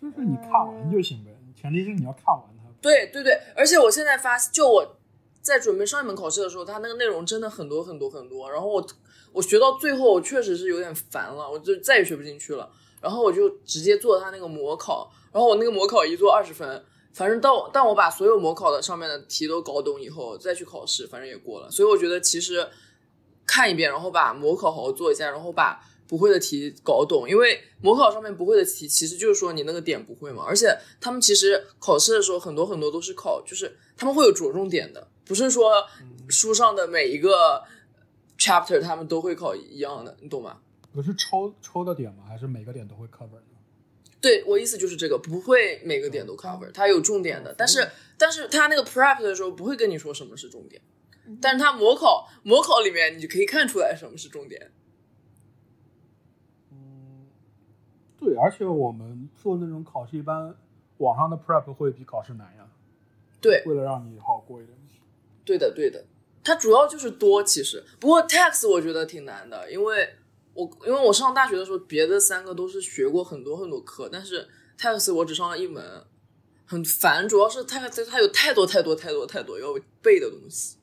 E: 就是你看完就行呗。前提是你要看完它。
A: 对对对，而且我现在发就我在准备上一门考试的时候，它那个内容真的很多很多很多，然后我我学到最后，我确实是有点烦了，我就再也学不进去了。然后我就直接做他那个模考，然后我那个模考一做二十分，反正到但我把所有模考的上面的题都搞懂以后，再去考试，反正也过了。所以我觉得其实看一遍，然后把模考好好做一下，然后把不会的题搞懂，因为模考上面不会的题，其实就是说你那个点不会嘛。而且他们其实考试的时候，很多很多都是考，就是他们会有着重点的，不是说书上的每一个 chapter 他们都会考一样的，你懂吗？
C: 我是抽抽的点吗？还是每个点都会 cover 呢？
A: 对我意思就是这个，不会每个点都 cover，它有重点的，但是但是它那个 prep 的时候不会跟你说什么是重点，但是它模考模考里面你就可以看出来什么是重点。
C: 嗯，对，而且我们做那种考试，一般网上的 prep 会比考试难呀，
A: 对，
C: 为了让你好过一点。
A: 对的，对的，它主要就是多，其实不过 tax 我觉得挺难的，因为我因为我上大学的时候，别的三个都是学过很多很多课，但是 tax 我只上了一门，很烦，主要是 tax 它有太多太多太多太多要背的东西。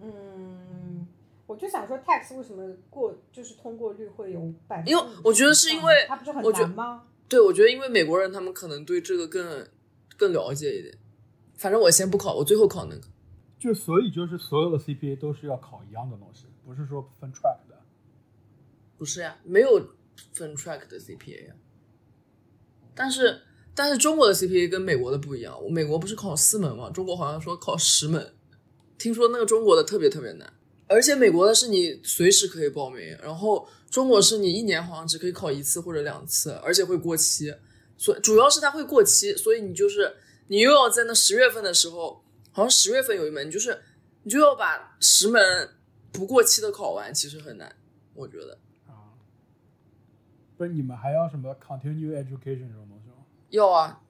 B: 嗯，我就想说 tax 为什么过就是通过率会有百分之
A: 因为
B: 50%以上？
A: 我觉得是因为
B: 它不是很
A: 我觉
B: 难吗？
A: 对，我觉得因为美国人他们可能对这个更更了解一点。反正我先不考，我最后考那个。
C: 就所以就是所有的 CPA 都是要考一样的东西，不是说分 track 的。
A: 不是呀，没有分 track 的 CPA 呀。但是但是中国的 CPA 跟美国的不一样，我美国不是考四门嘛，中国好像说考十门。听说那个中国的特别特别难，而且美国的是你随时可以报名，然后中国是你一年好像只可以考一次或者两次，而且会过期。所主要是它会过期，所以你就是你又要在那十月份的时候，好像十月份有一门，你就是你就要把十门不过期的考完，其实很难，我觉得。
C: 啊，不是你们还要什么 continue education 这种东西吗？
A: 要啊，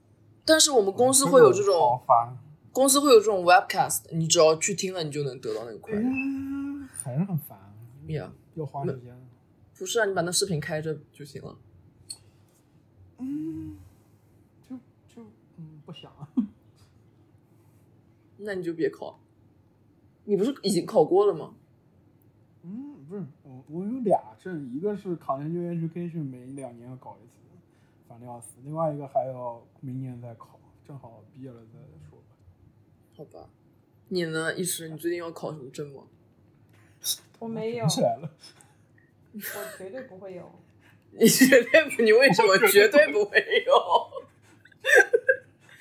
A: 但是我们公司会有这
C: 个哦好
A: 种
C: 烦，
A: 公司会有这种 webcast，你只要去听了，你就能得到那个快乐。
C: 嗯，还是很烦，
A: Yeah，
C: 要花时间。
A: 不是啊，你把那视频开着就行了。
C: 嗯，就就嗯不想。
A: 那你就别考。你不是已经考过了吗？
C: 嗯，不是，我我有俩证，一个是 continue education 每两年要搞一次，烦的要死；另外一个还要明年再考，正好毕业了再说吧。
A: 好吧。你呢，医师？你最近要考什么证吗？
B: 我没有，
C: 想起来了，
B: 我绝对不会有。
A: 你 绝对不，你为什么绝对不会有？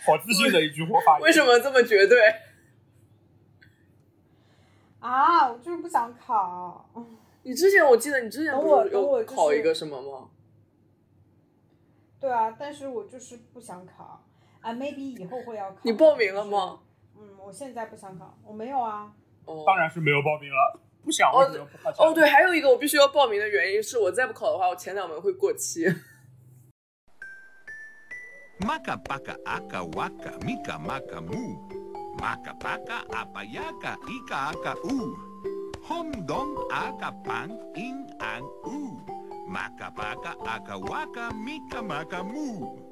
C: 好自信的一句话 发
A: 为什么这么绝对？
B: 啊，我就是不想考。
A: 你之前我记得你之前
B: 等
A: 不
B: 我
A: 是
B: 等我
A: 有
B: 就是
A: 考一个什么吗？
B: 对啊，但是我就是不想考啊，maybe 以后会要考。
A: 你报名了吗？
B: 嗯，我现在不想考，我没有啊。
A: 哦，
C: 当然是没有报名了，不想
A: 哦
C: 为什么不花钱
A: 哦，对，还有一个我必须要报名的原因是我再不考的话，我前两门会过期。
F: Maca paca aca waka mika maka moo. Maca paca apayaka ika aka oo. Hom dong aka pang ing ang oo. Maca paca aka waka mika maka moo.